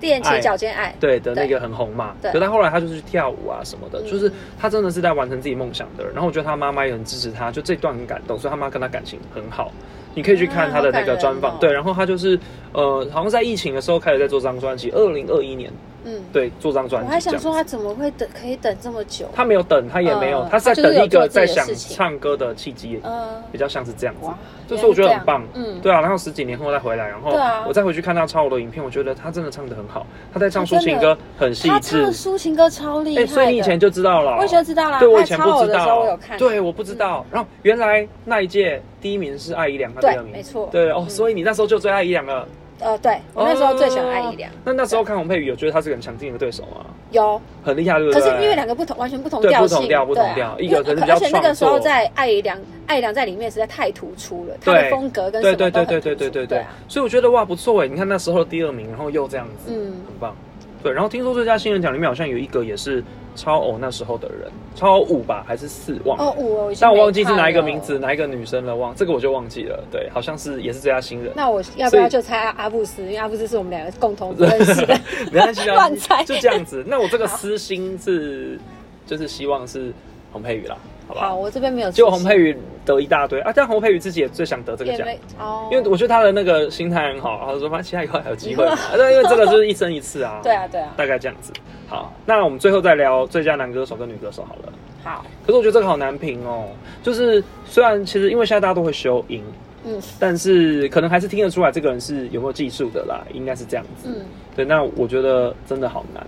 [SPEAKER 2] 踮起
[SPEAKER 1] 爱
[SPEAKER 2] 脚尖爱，
[SPEAKER 1] 对的
[SPEAKER 2] 对
[SPEAKER 1] 那个很红嘛，
[SPEAKER 2] 对
[SPEAKER 1] 可他后来他就是去跳舞啊什么的，
[SPEAKER 2] 嗯
[SPEAKER 1] 就是他真的是在完成自己梦想的人。然后我觉得他妈妈也很支持他，就这段很感动，所以他妈跟他感情很好。你可以去看他的那个专
[SPEAKER 2] 啊
[SPEAKER 1] 访，
[SPEAKER 2] 好感人哦
[SPEAKER 1] 对，然后他就是呃，好像在疫情的时候开始在做这张专辑，二零二一年
[SPEAKER 2] 嗯，
[SPEAKER 1] 对做张专
[SPEAKER 2] 我
[SPEAKER 1] 辑，
[SPEAKER 2] 还想说他怎么会等，可以等这么久？
[SPEAKER 1] 他没有等，他也没有，
[SPEAKER 2] 嗯
[SPEAKER 1] 他是在等一个在想
[SPEAKER 2] 他就是有做自己的事情
[SPEAKER 1] 唱歌的契机，
[SPEAKER 2] 嗯、
[SPEAKER 1] 比较像是这样子。
[SPEAKER 2] 哇，
[SPEAKER 1] 就是我觉得很棒
[SPEAKER 2] 原来是这样嗯，
[SPEAKER 1] 对啊，然后十几年后再回来，然后
[SPEAKER 2] 对啊
[SPEAKER 1] 我再回去看他抄我的影片，我觉得他真的唱的很好，他在唱
[SPEAKER 2] 他真
[SPEAKER 1] 抒
[SPEAKER 2] 的
[SPEAKER 1] 情歌很细
[SPEAKER 2] 他
[SPEAKER 1] 致
[SPEAKER 2] 唱。抒情歌超厉害
[SPEAKER 1] 哎，
[SPEAKER 2] 的，
[SPEAKER 1] 所以你以前就知道了哦，
[SPEAKER 2] 我以前知道啦，
[SPEAKER 1] 对我
[SPEAKER 2] 他
[SPEAKER 1] 以前
[SPEAKER 2] 抄
[SPEAKER 1] 不
[SPEAKER 2] 我
[SPEAKER 1] 知
[SPEAKER 2] 的时候我有
[SPEAKER 1] 道
[SPEAKER 2] 看，，嗯
[SPEAKER 1] 对，我不知道。然后原来那一届第一名是艾怡良，他第
[SPEAKER 2] 对
[SPEAKER 1] 二，名
[SPEAKER 2] 没，错，
[SPEAKER 1] 对哦，
[SPEAKER 2] 嗯
[SPEAKER 1] 所以你那时候就追艾怡良了。
[SPEAKER 2] 呃，对我那时候最喜欢艾怡良
[SPEAKER 1] 哦，那那时候看洪佩瑜，有觉得他是个很强劲的对手吗？
[SPEAKER 2] 有，
[SPEAKER 1] 很厉害，对不
[SPEAKER 2] 可
[SPEAKER 1] 对？
[SPEAKER 2] 是因为两个不同，完全不同
[SPEAKER 1] 对
[SPEAKER 2] 调
[SPEAKER 1] 不
[SPEAKER 2] 性，
[SPEAKER 1] 同调不同
[SPEAKER 2] 对啊
[SPEAKER 1] 调一个可能比较
[SPEAKER 2] 而且那个时
[SPEAKER 1] 创
[SPEAKER 2] 候
[SPEAKER 1] 作
[SPEAKER 2] 在艾怡良，艾怡良在里面实在太突出了，他的
[SPEAKER 1] 对
[SPEAKER 2] 风格跟什
[SPEAKER 1] 对
[SPEAKER 2] 么都
[SPEAKER 1] 对对
[SPEAKER 2] 很
[SPEAKER 1] 对
[SPEAKER 2] 突
[SPEAKER 1] 对对
[SPEAKER 2] 出
[SPEAKER 1] 对
[SPEAKER 2] 对
[SPEAKER 1] 对
[SPEAKER 2] 啊，，
[SPEAKER 1] 所以我觉得哇不错哎，你看那时候第二名，然后又这样子，
[SPEAKER 2] 嗯
[SPEAKER 1] 很棒。对，然后听说最佳新人奖里面好像有一个也是超偶那时候的人，超偶五吧还是四忘了。
[SPEAKER 2] 哦，我我已经
[SPEAKER 1] 但我
[SPEAKER 2] 没
[SPEAKER 1] 忘记是
[SPEAKER 2] 看
[SPEAKER 1] 哪一个
[SPEAKER 2] 了
[SPEAKER 1] 名字，。哪一个女生了，忘这个我就忘记了。对，好像是也是最佳新人。
[SPEAKER 2] 那我要不
[SPEAKER 1] 所
[SPEAKER 2] 要
[SPEAKER 1] 以
[SPEAKER 2] 就猜阿阿布斯？因为阿布斯是我们两个共同不认识
[SPEAKER 1] [LAUGHS]
[SPEAKER 2] 的。
[SPEAKER 1] 没关系啊，
[SPEAKER 2] [LAUGHS] 乱猜
[SPEAKER 1] 就这样子。那我这个私心是，就是希望是洪佩瑜啦，好不
[SPEAKER 2] 好，
[SPEAKER 1] 好？
[SPEAKER 2] 我这边没有。
[SPEAKER 1] 结果洪佩瑜得一大堆啊，但洪佩瑜自己也最想得这个
[SPEAKER 2] 也
[SPEAKER 1] 奖，
[SPEAKER 2] 没哦，
[SPEAKER 1] 因为我觉得他的那个心态很好，然后说妈，其他以后还有机会嘛
[SPEAKER 2] 以。
[SPEAKER 1] 那因为这个就是一生一次啊，
[SPEAKER 2] [LAUGHS] 对，啊对啊，
[SPEAKER 1] 大概这样子。好，那我们最后再聊最佳男歌手跟女歌手好了。
[SPEAKER 2] 好，
[SPEAKER 1] 可是我觉得这个好难评哦，就是虽然其实因为现在大家都会修音，
[SPEAKER 2] 嗯
[SPEAKER 1] 但是可能还是听得出来这个人是有没有技术的啦，应该是这样子。
[SPEAKER 2] 嗯。
[SPEAKER 1] 对，那我觉得真的好难，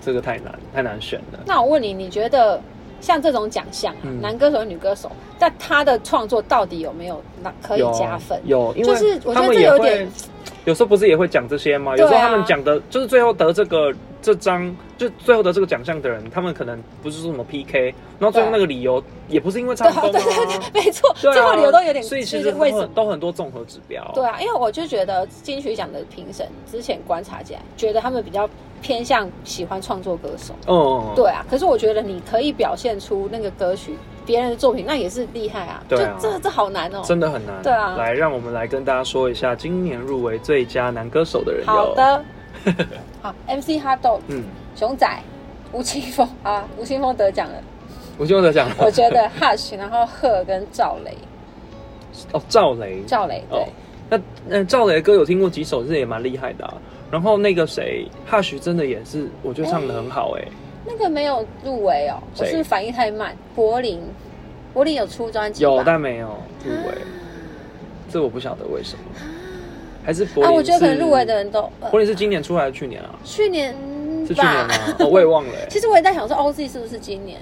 [SPEAKER 1] 这个太难，太难选了。
[SPEAKER 2] 那我问你，你觉得像这种奖项啊，
[SPEAKER 1] 嗯
[SPEAKER 2] 男歌手、女歌手，但他的创作到底有没有那可以
[SPEAKER 1] 有
[SPEAKER 2] 加分？
[SPEAKER 1] 有，因为
[SPEAKER 2] 就是我觉
[SPEAKER 1] 他
[SPEAKER 2] 得
[SPEAKER 1] 们
[SPEAKER 2] 这
[SPEAKER 1] 也
[SPEAKER 2] 有
[SPEAKER 1] 会
[SPEAKER 2] 点，
[SPEAKER 1] 有时候不是也会讲这些吗？
[SPEAKER 2] 对啊
[SPEAKER 1] 有时候他们讲的，就是最后得这个这张，就最后得这个奖项的人，他们可能不是说什么 PK，然后最后
[SPEAKER 2] 对
[SPEAKER 1] 那个理由也不是因为唱
[SPEAKER 2] 对
[SPEAKER 1] 功
[SPEAKER 2] 对对
[SPEAKER 1] 啊，
[SPEAKER 2] 对，没错，
[SPEAKER 1] 对啊
[SPEAKER 2] 最后理由都有点，
[SPEAKER 1] 所以
[SPEAKER 2] 就
[SPEAKER 1] 其
[SPEAKER 2] 是
[SPEAKER 1] 实
[SPEAKER 2] 为什么？
[SPEAKER 1] 都很多综合指标。
[SPEAKER 2] 对啊，因为我就觉得金曲奖的评审之前观察起来，觉得他们比较偏向喜欢创作歌手。
[SPEAKER 1] 嗯，
[SPEAKER 2] 对啊，可是我觉得你可以表现出那个歌曲别人的作品，那也是厉害啊。
[SPEAKER 1] 对啊
[SPEAKER 2] 就这这好难哦。
[SPEAKER 1] 真的很难。
[SPEAKER 2] 对啊
[SPEAKER 1] 来，让我们来跟大家说一下今年入围最佳男歌手的人有。
[SPEAKER 2] 好，的，好，MC 哈豆、
[SPEAKER 1] 嗯，
[SPEAKER 2] 熊仔、吴青峰啊，吴青峰得奖了。
[SPEAKER 1] 我就得奖了。
[SPEAKER 2] 我觉得 Hush，然后贺跟赵雷，
[SPEAKER 1] 哦，赵雷，
[SPEAKER 2] 赵雷对、
[SPEAKER 1] 哦那那赵雷的歌有听过几首，这也蛮厉害的、啊。然后那个谁，哈许真的也是，我觉得唱的很好哎、
[SPEAKER 2] 那个没有入围哦，我
[SPEAKER 1] 谁
[SPEAKER 2] 是不是反应太慢。柏林，柏林有出专辑吧
[SPEAKER 1] 有但没有入围，
[SPEAKER 2] 啊
[SPEAKER 1] 这我不晓得为什么，还是柏林
[SPEAKER 2] 啊，
[SPEAKER 1] 是、
[SPEAKER 2] 我觉得可能入围的人都、呃
[SPEAKER 1] 柏林是今年出来还是去年啊？
[SPEAKER 2] 去年
[SPEAKER 1] 是去年
[SPEAKER 2] 吧 [LAUGHS]
[SPEAKER 1] 吗。？哦，我也忘了、欸。
[SPEAKER 2] 其实我也在想说，OZ 是不是今年？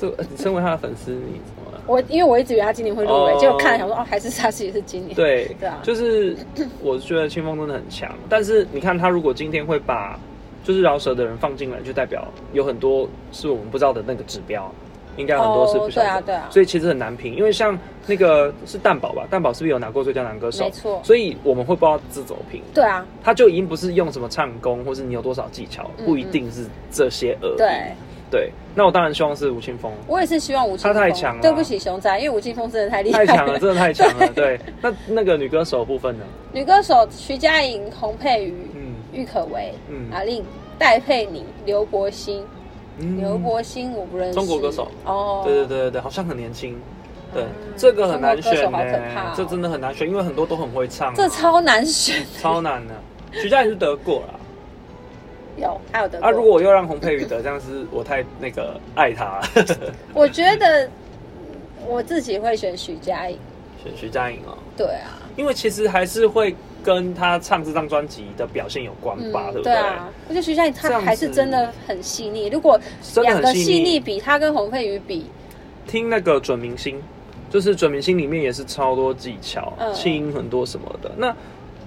[SPEAKER 1] 这你身为他的粉丝，你怎么了？
[SPEAKER 2] 我因为我一直以为他今年会入围，
[SPEAKER 1] 哦
[SPEAKER 2] 结果看了想说，哦，还是他自己是今年。
[SPEAKER 1] 对，
[SPEAKER 2] 对啊
[SPEAKER 1] 就是我觉得清风真的很强，但是你看他如果今天会把就是饶舌的人放进来，就代表有很多是我们不知道的那个指标，应该有很多是不晓得，
[SPEAKER 2] 哦对啊对啊
[SPEAKER 1] 所以其实很难评，因为像那个是蛋宝吧，蛋宝是不是有拿过最佳男歌手？
[SPEAKER 2] 没错
[SPEAKER 1] 所以我们会不知道自走评，
[SPEAKER 2] 对啊，
[SPEAKER 1] 他就已经不是用什么唱功，或是你有多少技巧，
[SPEAKER 2] 嗯
[SPEAKER 1] 不一定是这些而已。
[SPEAKER 2] 对
[SPEAKER 1] 对那我当然希望是吴青峰。
[SPEAKER 2] 我也是希望吴青峰。
[SPEAKER 1] 他太强了
[SPEAKER 2] 对不起熊仔，因为吴青峰真的太厉害
[SPEAKER 1] 太强了，真的太强
[SPEAKER 2] [LAUGHS]
[SPEAKER 1] 了。对，那那个女歌手的部分呢？
[SPEAKER 2] 女歌手徐佳莹、洪佩瑜、
[SPEAKER 1] 嗯
[SPEAKER 2] 郁可唯、
[SPEAKER 1] 嗯
[SPEAKER 2] 阿令、戴佩妮、刘柏辛。
[SPEAKER 1] 嗯
[SPEAKER 2] 刘柏辛我不认识。
[SPEAKER 1] 中国歌手
[SPEAKER 2] 哦，
[SPEAKER 1] 对对对对对，好像很年轻。对
[SPEAKER 2] 嗯，
[SPEAKER 1] 这个很难
[SPEAKER 2] 中
[SPEAKER 1] 选
[SPEAKER 2] 国歌手好可怕哦
[SPEAKER 1] 呢，这真的很难选，因为很多都很会唱啊，
[SPEAKER 2] 这超难选。
[SPEAKER 1] 超难的。徐佳莹是得过啦，
[SPEAKER 2] 有，还有德国。
[SPEAKER 1] 啊，如果我又让洪佩瑜得，这样是我太那个爱他了。 [LAUGHS]
[SPEAKER 2] 我觉得我自己会选徐佳莹。
[SPEAKER 1] 选徐佳莹哦，
[SPEAKER 2] 对啊，
[SPEAKER 1] 因为其实还是会跟他唱这张专辑的表现有关吧，对不
[SPEAKER 2] 对
[SPEAKER 1] 对？
[SPEAKER 2] 啊，我觉得徐佳莹
[SPEAKER 1] 这
[SPEAKER 2] 她
[SPEAKER 1] 样子
[SPEAKER 2] 还是真的很细腻。如果
[SPEAKER 1] 真的
[SPEAKER 2] 两个
[SPEAKER 1] 很
[SPEAKER 2] 细
[SPEAKER 1] 细
[SPEAKER 2] 腻
[SPEAKER 1] 腻。
[SPEAKER 2] 比，她跟洪佩瑜比，
[SPEAKER 1] 听那个准明星，就是准明星里面也是超多技巧
[SPEAKER 2] 嗯，
[SPEAKER 1] 气、音很多什么的。那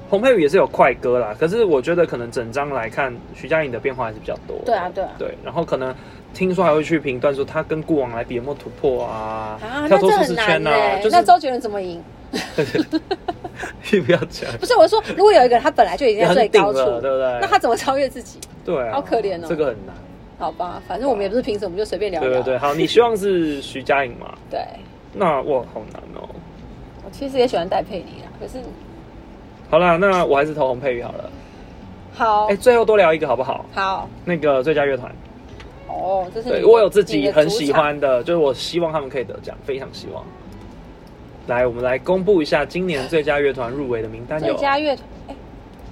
[SPEAKER 1] 洪佩瑜也是有快歌啦，可是我觉得可能整张来看，徐佳莹的变化还是比较多。
[SPEAKER 2] 对啊，对啊，
[SPEAKER 1] 对，然后可能听说还会去评断说她跟过往来比有没有突破啊，跳
[SPEAKER 2] 啊，那
[SPEAKER 1] 脱
[SPEAKER 2] 这
[SPEAKER 1] 舒
[SPEAKER 2] 很
[SPEAKER 1] 适
[SPEAKER 2] 难
[SPEAKER 1] 圈
[SPEAKER 2] 呢、
[SPEAKER 1] 啊，就是 [LAUGHS]
[SPEAKER 2] 那周杰伦怎么赢？
[SPEAKER 1] 你不要讲，
[SPEAKER 2] 不是我说，如果有一个人他本来就已经在最
[SPEAKER 1] 很顶啊
[SPEAKER 2] 高处，
[SPEAKER 1] 了，对不对？
[SPEAKER 2] 那他怎么超越自己？
[SPEAKER 1] 对、啊，
[SPEAKER 2] 好可怜哦
[SPEAKER 1] 这个很难。
[SPEAKER 2] 好吧，反正我们也不是评审，我们就随便聊
[SPEAKER 1] 对
[SPEAKER 2] 聊。
[SPEAKER 1] 对对，好，你希望是徐佳莹嘛？
[SPEAKER 2] 对
[SPEAKER 1] 那哇，好难哦。
[SPEAKER 2] 我其实也喜欢戴佩妮啦，啊可是
[SPEAKER 1] 好啦，那我还是投洪佩瑜好了。
[SPEAKER 2] 好、
[SPEAKER 1] 哎、最后多聊一个好不好？
[SPEAKER 2] 好
[SPEAKER 1] 那个最佳乐团。
[SPEAKER 2] 哦，这是你
[SPEAKER 1] 对
[SPEAKER 2] 的
[SPEAKER 1] 我有自己很
[SPEAKER 2] 你的主场
[SPEAKER 1] 喜欢的，就是我希望他们可以得奖，非常希望。来，我们来公布一下今年最佳乐团入围的名单有，
[SPEAKER 2] 最佳乐团，哎、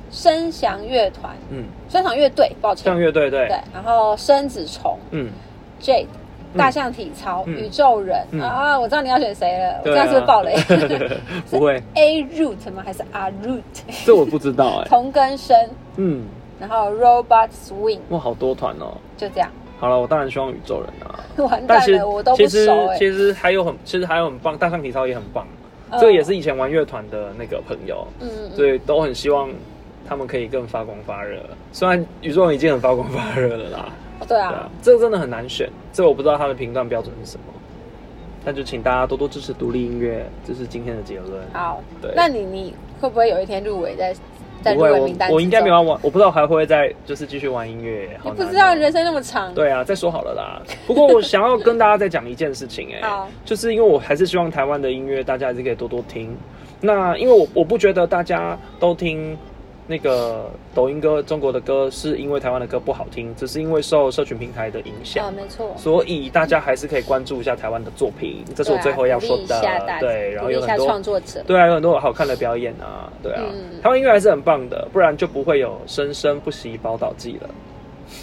[SPEAKER 2] 声翔乐团、
[SPEAKER 1] 嗯，
[SPEAKER 2] 声响乐队，抱歉
[SPEAKER 1] 象，乐队对，
[SPEAKER 2] 对，然后生子虫
[SPEAKER 1] 嗯， [LAUGHS]
[SPEAKER 2] Jade。
[SPEAKER 1] 嗯
[SPEAKER 2] 大象体操、
[SPEAKER 1] 嗯
[SPEAKER 2] 宇宙人、
[SPEAKER 1] 嗯
[SPEAKER 2] 啊！我知道你要选谁了，我
[SPEAKER 1] 对
[SPEAKER 2] 知道是不是
[SPEAKER 1] 啊
[SPEAKER 2] 爆雷
[SPEAKER 1] 不会，
[SPEAKER 2] ？A root 吗？还是 R root？
[SPEAKER 1] 这我不知道
[SPEAKER 2] [LAUGHS]
[SPEAKER 1] 哎、
[SPEAKER 2] 同根生，
[SPEAKER 1] 嗯，
[SPEAKER 2] 然后 robot swing，
[SPEAKER 1] 哇，好多团哦。
[SPEAKER 2] 就这样。
[SPEAKER 1] 好了，我当然希望宇宙人啊，
[SPEAKER 2] 完
[SPEAKER 1] 但其
[SPEAKER 2] 蛋
[SPEAKER 1] 实
[SPEAKER 2] 了，我都
[SPEAKER 1] 其
[SPEAKER 2] 不
[SPEAKER 1] 实
[SPEAKER 2] 熟哎、
[SPEAKER 1] 其实还有很，其实还有很棒，大象体操也很棒，
[SPEAKER 2] 嗯
[SPEAKER 1] 这个也是以前玩乐团的那个朋友，
[SPEAKER 2] 嗯，嗯
[SPEAKER 1] 所以都很希望他们可以更发光发热。虽然宇宙人已经很发光发热了啦。
[SPEAKER 2] 哦对
[SPEAKER 1] 对啊
[SPEAKER 2] 啊，，
[SPEAKER 1] 这个真的很难选，这我不知道他的评断标准是什么。那就请大家多多支持独立音乐，这是今天的结论。
[SPEAKER 2] 好，
[SPEAKER 1] 对
[SPEAKER 2] 那你你会不会有一天入围在在
[SPEAKER 1] 不会，
[SPEAKER 2] 入围名单
[SPEAKER 1] 我我应该没
[SPEAKER 2] 有，
[SPEAKER 1] 有玩，我不知道还会不会再就是继续玩音乐。好难
[SPEAKER 2] 你不
[SPEAKER 1] 哦
[SPEAKER 2] 知道人生那么
[SPEAKER 1] [LAUGHS]
[SPEAKER 2] 长，
[SPEAKER 1] 对啊，再说好了啦。不过我想要跟大家再讲一件事情、哎
[SPEAKER 2] 好，
[SPEAKER 1] 就是因为我还是希望台湾的音乐大家还是可以多多听。那因为我我不觉得大家都听那个抖音歌、中国的歌，是因为台湾的歌不好听，只是因为受社群平台的影响
[SPEAKER 2] 啊，。没错，
[SPEAKER 1] 所以大家还是可以关注一下台湾的作品，这是我最后要说
[SPEAKER 2] 对啊鼓励一下
[SPEAKER 1] 的
[SPEAKER 2] 大。
[SPEAKER 1] 对，然
[SPEAKER 2] 鼓
[SPEAKER 1] 后
[SPEAKER 2] 励
[SPEAKER 1] 有
[SPEAKER 2] 一下
[SPEAKER 1] 很
[SPEAKER 2] 创
[SPEAKER 1] 多，
[SPEAKER 2] 作者，
[SPEAKER 1] 对啊，有很多好看的表演啊，对啊
[SPEAKER 2] 嗯，
[SPEAKER 1] 台湾音乐还是很棒的，不然就不会有生生不息宝岛季了。 [LAUGHS]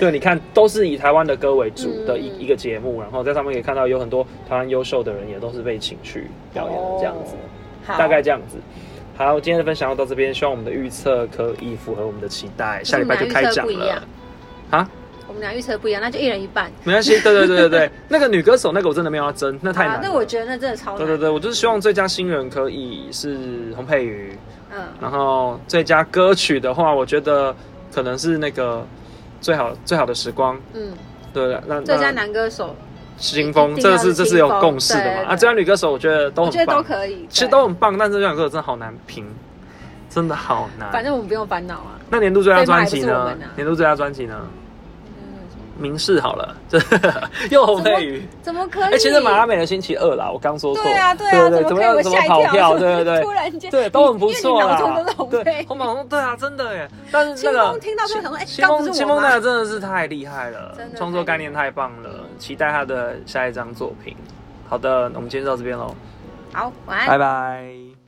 [SPEAKER 1] 对，你看，都是以台湾的歌为主的一
[SPEAKER 2] 嗯
[SPEAKER 1] 一个节目，然后在上面可以看到有很多台湾优秀的人也都是被请去表演的这样子，
[SPEAKER 2] 哦，好，
[SPEAKER 1] 大概这样子。好，今天的分享就到这边，希望我们的预测可以符合我们的期待，下礼拜就开
[SPEAKER 2] 可是
[SPEAKER 1] 奖
[SPEAKER 2] 我们俩预测不一样
[SPEAKER 1] 了。啊？
[SPEAKER 2] 我们俩预测不一样，那就一人一半。
[SPEAKER 1] 没关系，对对对对
[SPEAKER 2] [LAUGHS]
[SPEAKER 1] 对，那个女歌手那个我真的没有要争，那太
[SPEAKER 2] 好
[SPEAKER 1] 难
[SPEAKER 2] 啊
[SPEAKER 1] 了。
[SPEAKER 2] 那我觉得那真的超难，
[SPEAKER 1] 对对对，我就是希望最佳新人可以是洪佩瑜，
[SPEAKER 2] 嗯，
[SPEAKER 1] 然后最佳歌曲的话，我觉得可能是那个最好最好的时光，
[SPEAKER 2] 嗯，
[SPEAKER 1] 对，那那哦
[SPEAKER 2] 最佳男歌手，
[SPEAKER 1] 新风，
[SPEAKER 2] 一定
[SPEAKER 1] 这
[SPEAKER 2] 要
[SPEAKER 1] 是
[SPEAKER 2] 是
[SPEAKER 1] 这是
[SPEAKER 2] 新
[SPEAKER 1] 有
[SPEAKER 2] 风
[SPEAKER 1] 共识的
[SPEAKER 2] 对
[SPEAKER 1] 嘛？
[SPEAKER 2] 对
[SPEAKER 1] 啊，最佳女歌手我觉得都
[SPEAKER 2] 我觉
[SPEAKER 1] 很
[SPEAKER 2] 得都
[SPEAKER 1] 棒，
[SPEAKER 2] 可以，
[SPEAKER 1] 其实
[SPEAKER 2] 对
[SPEAKER 1] 都，很棒，但是最佳女歌手真的好难评，真的好
[SPEAKER 2] 反
[SPEAKER 1] 难。
[SPEAKER 2] 正我们不用烦恼啊。
[SPEAKER 1] 那年度最佳
[SPEAKER 2] 被
[SPEAKER 1] 专
[SPEAKER 2] 骂也不
[SPEAKER 1] 辑
[SPEAKER 2] 是我
[SPEAKER 1] 呢
[SPEAKER 2] 们啊？
[SPEAKER 1] 年度最佳专辑呢？
[SPEAKER 2] 嗯
[SPEAKER 1] 明示好了， [LAUGHS] 这又洪佩瑜。
[SPEAKER 2] 怎么可
[SPEAKER 1] 哎、
[SPEAKER 2] 以？
[SPEAKER 1] 其实马拉美的星期二啦，我刚说错。
[SPEAKER 2] 对啊对
[SPEAKER 1] 对
[SPEAKER 2] 啊，
[SPEAKER 1] 对
[SPEAKER 2] 怎
[SPEAKER 1] 怎
[SPEAKER 2] 么
[SPEAKER 1] 么
[SPEAKER 2] 可
[SPEAKER 1] 样
[SPEAKER 2] 以？我
[SPEAKER 1] 怎么
[SPEAKER 2] 吓一
[SPEAKER 1] 跑
[SPEAKER 2] 跳，
[SPEAKER 1] 票？对对
[SPEAKER 2] [LAUGHS] 突
[SPEAKER 1] 对，
[SPEAKER 2] 然间，
[SPEAKER 1] 对都很不错
[SPEAKER 2] 因为
[SPEAKER 1] 啦
[SPEAKER 2] 你脑中都是。红
[SPEAKER 1] 对
[SPEAKER 2] 配，
[SPEAKER 1] 红马红对啊，真的耶。但是
[SPEAKER 2] 清
[SPEAKER 1] 那
[SPEAKER 2] 风
[SPEAKER 1] 个
[SPEAKER 2] 听到就想说，哎，
[SPEAKER 1] 清
[SPEAKER 2] 刚不
[SPEAKER 1] 风
[SPEAKER 2] 是我
[SPEAKER 1] 清风那
[SPEAKER 2] 吗
[SPEAKER 1] 个真的是太厉害了
[SPEAKER 2] 真，的
[SPEAKER 1] 创作概念太棒了，期待他的下一张作品。好的，那我们今天就到这边喽，
[SPEAKER 3] 好，晚安
[SPEAKER 1] 拜。拜。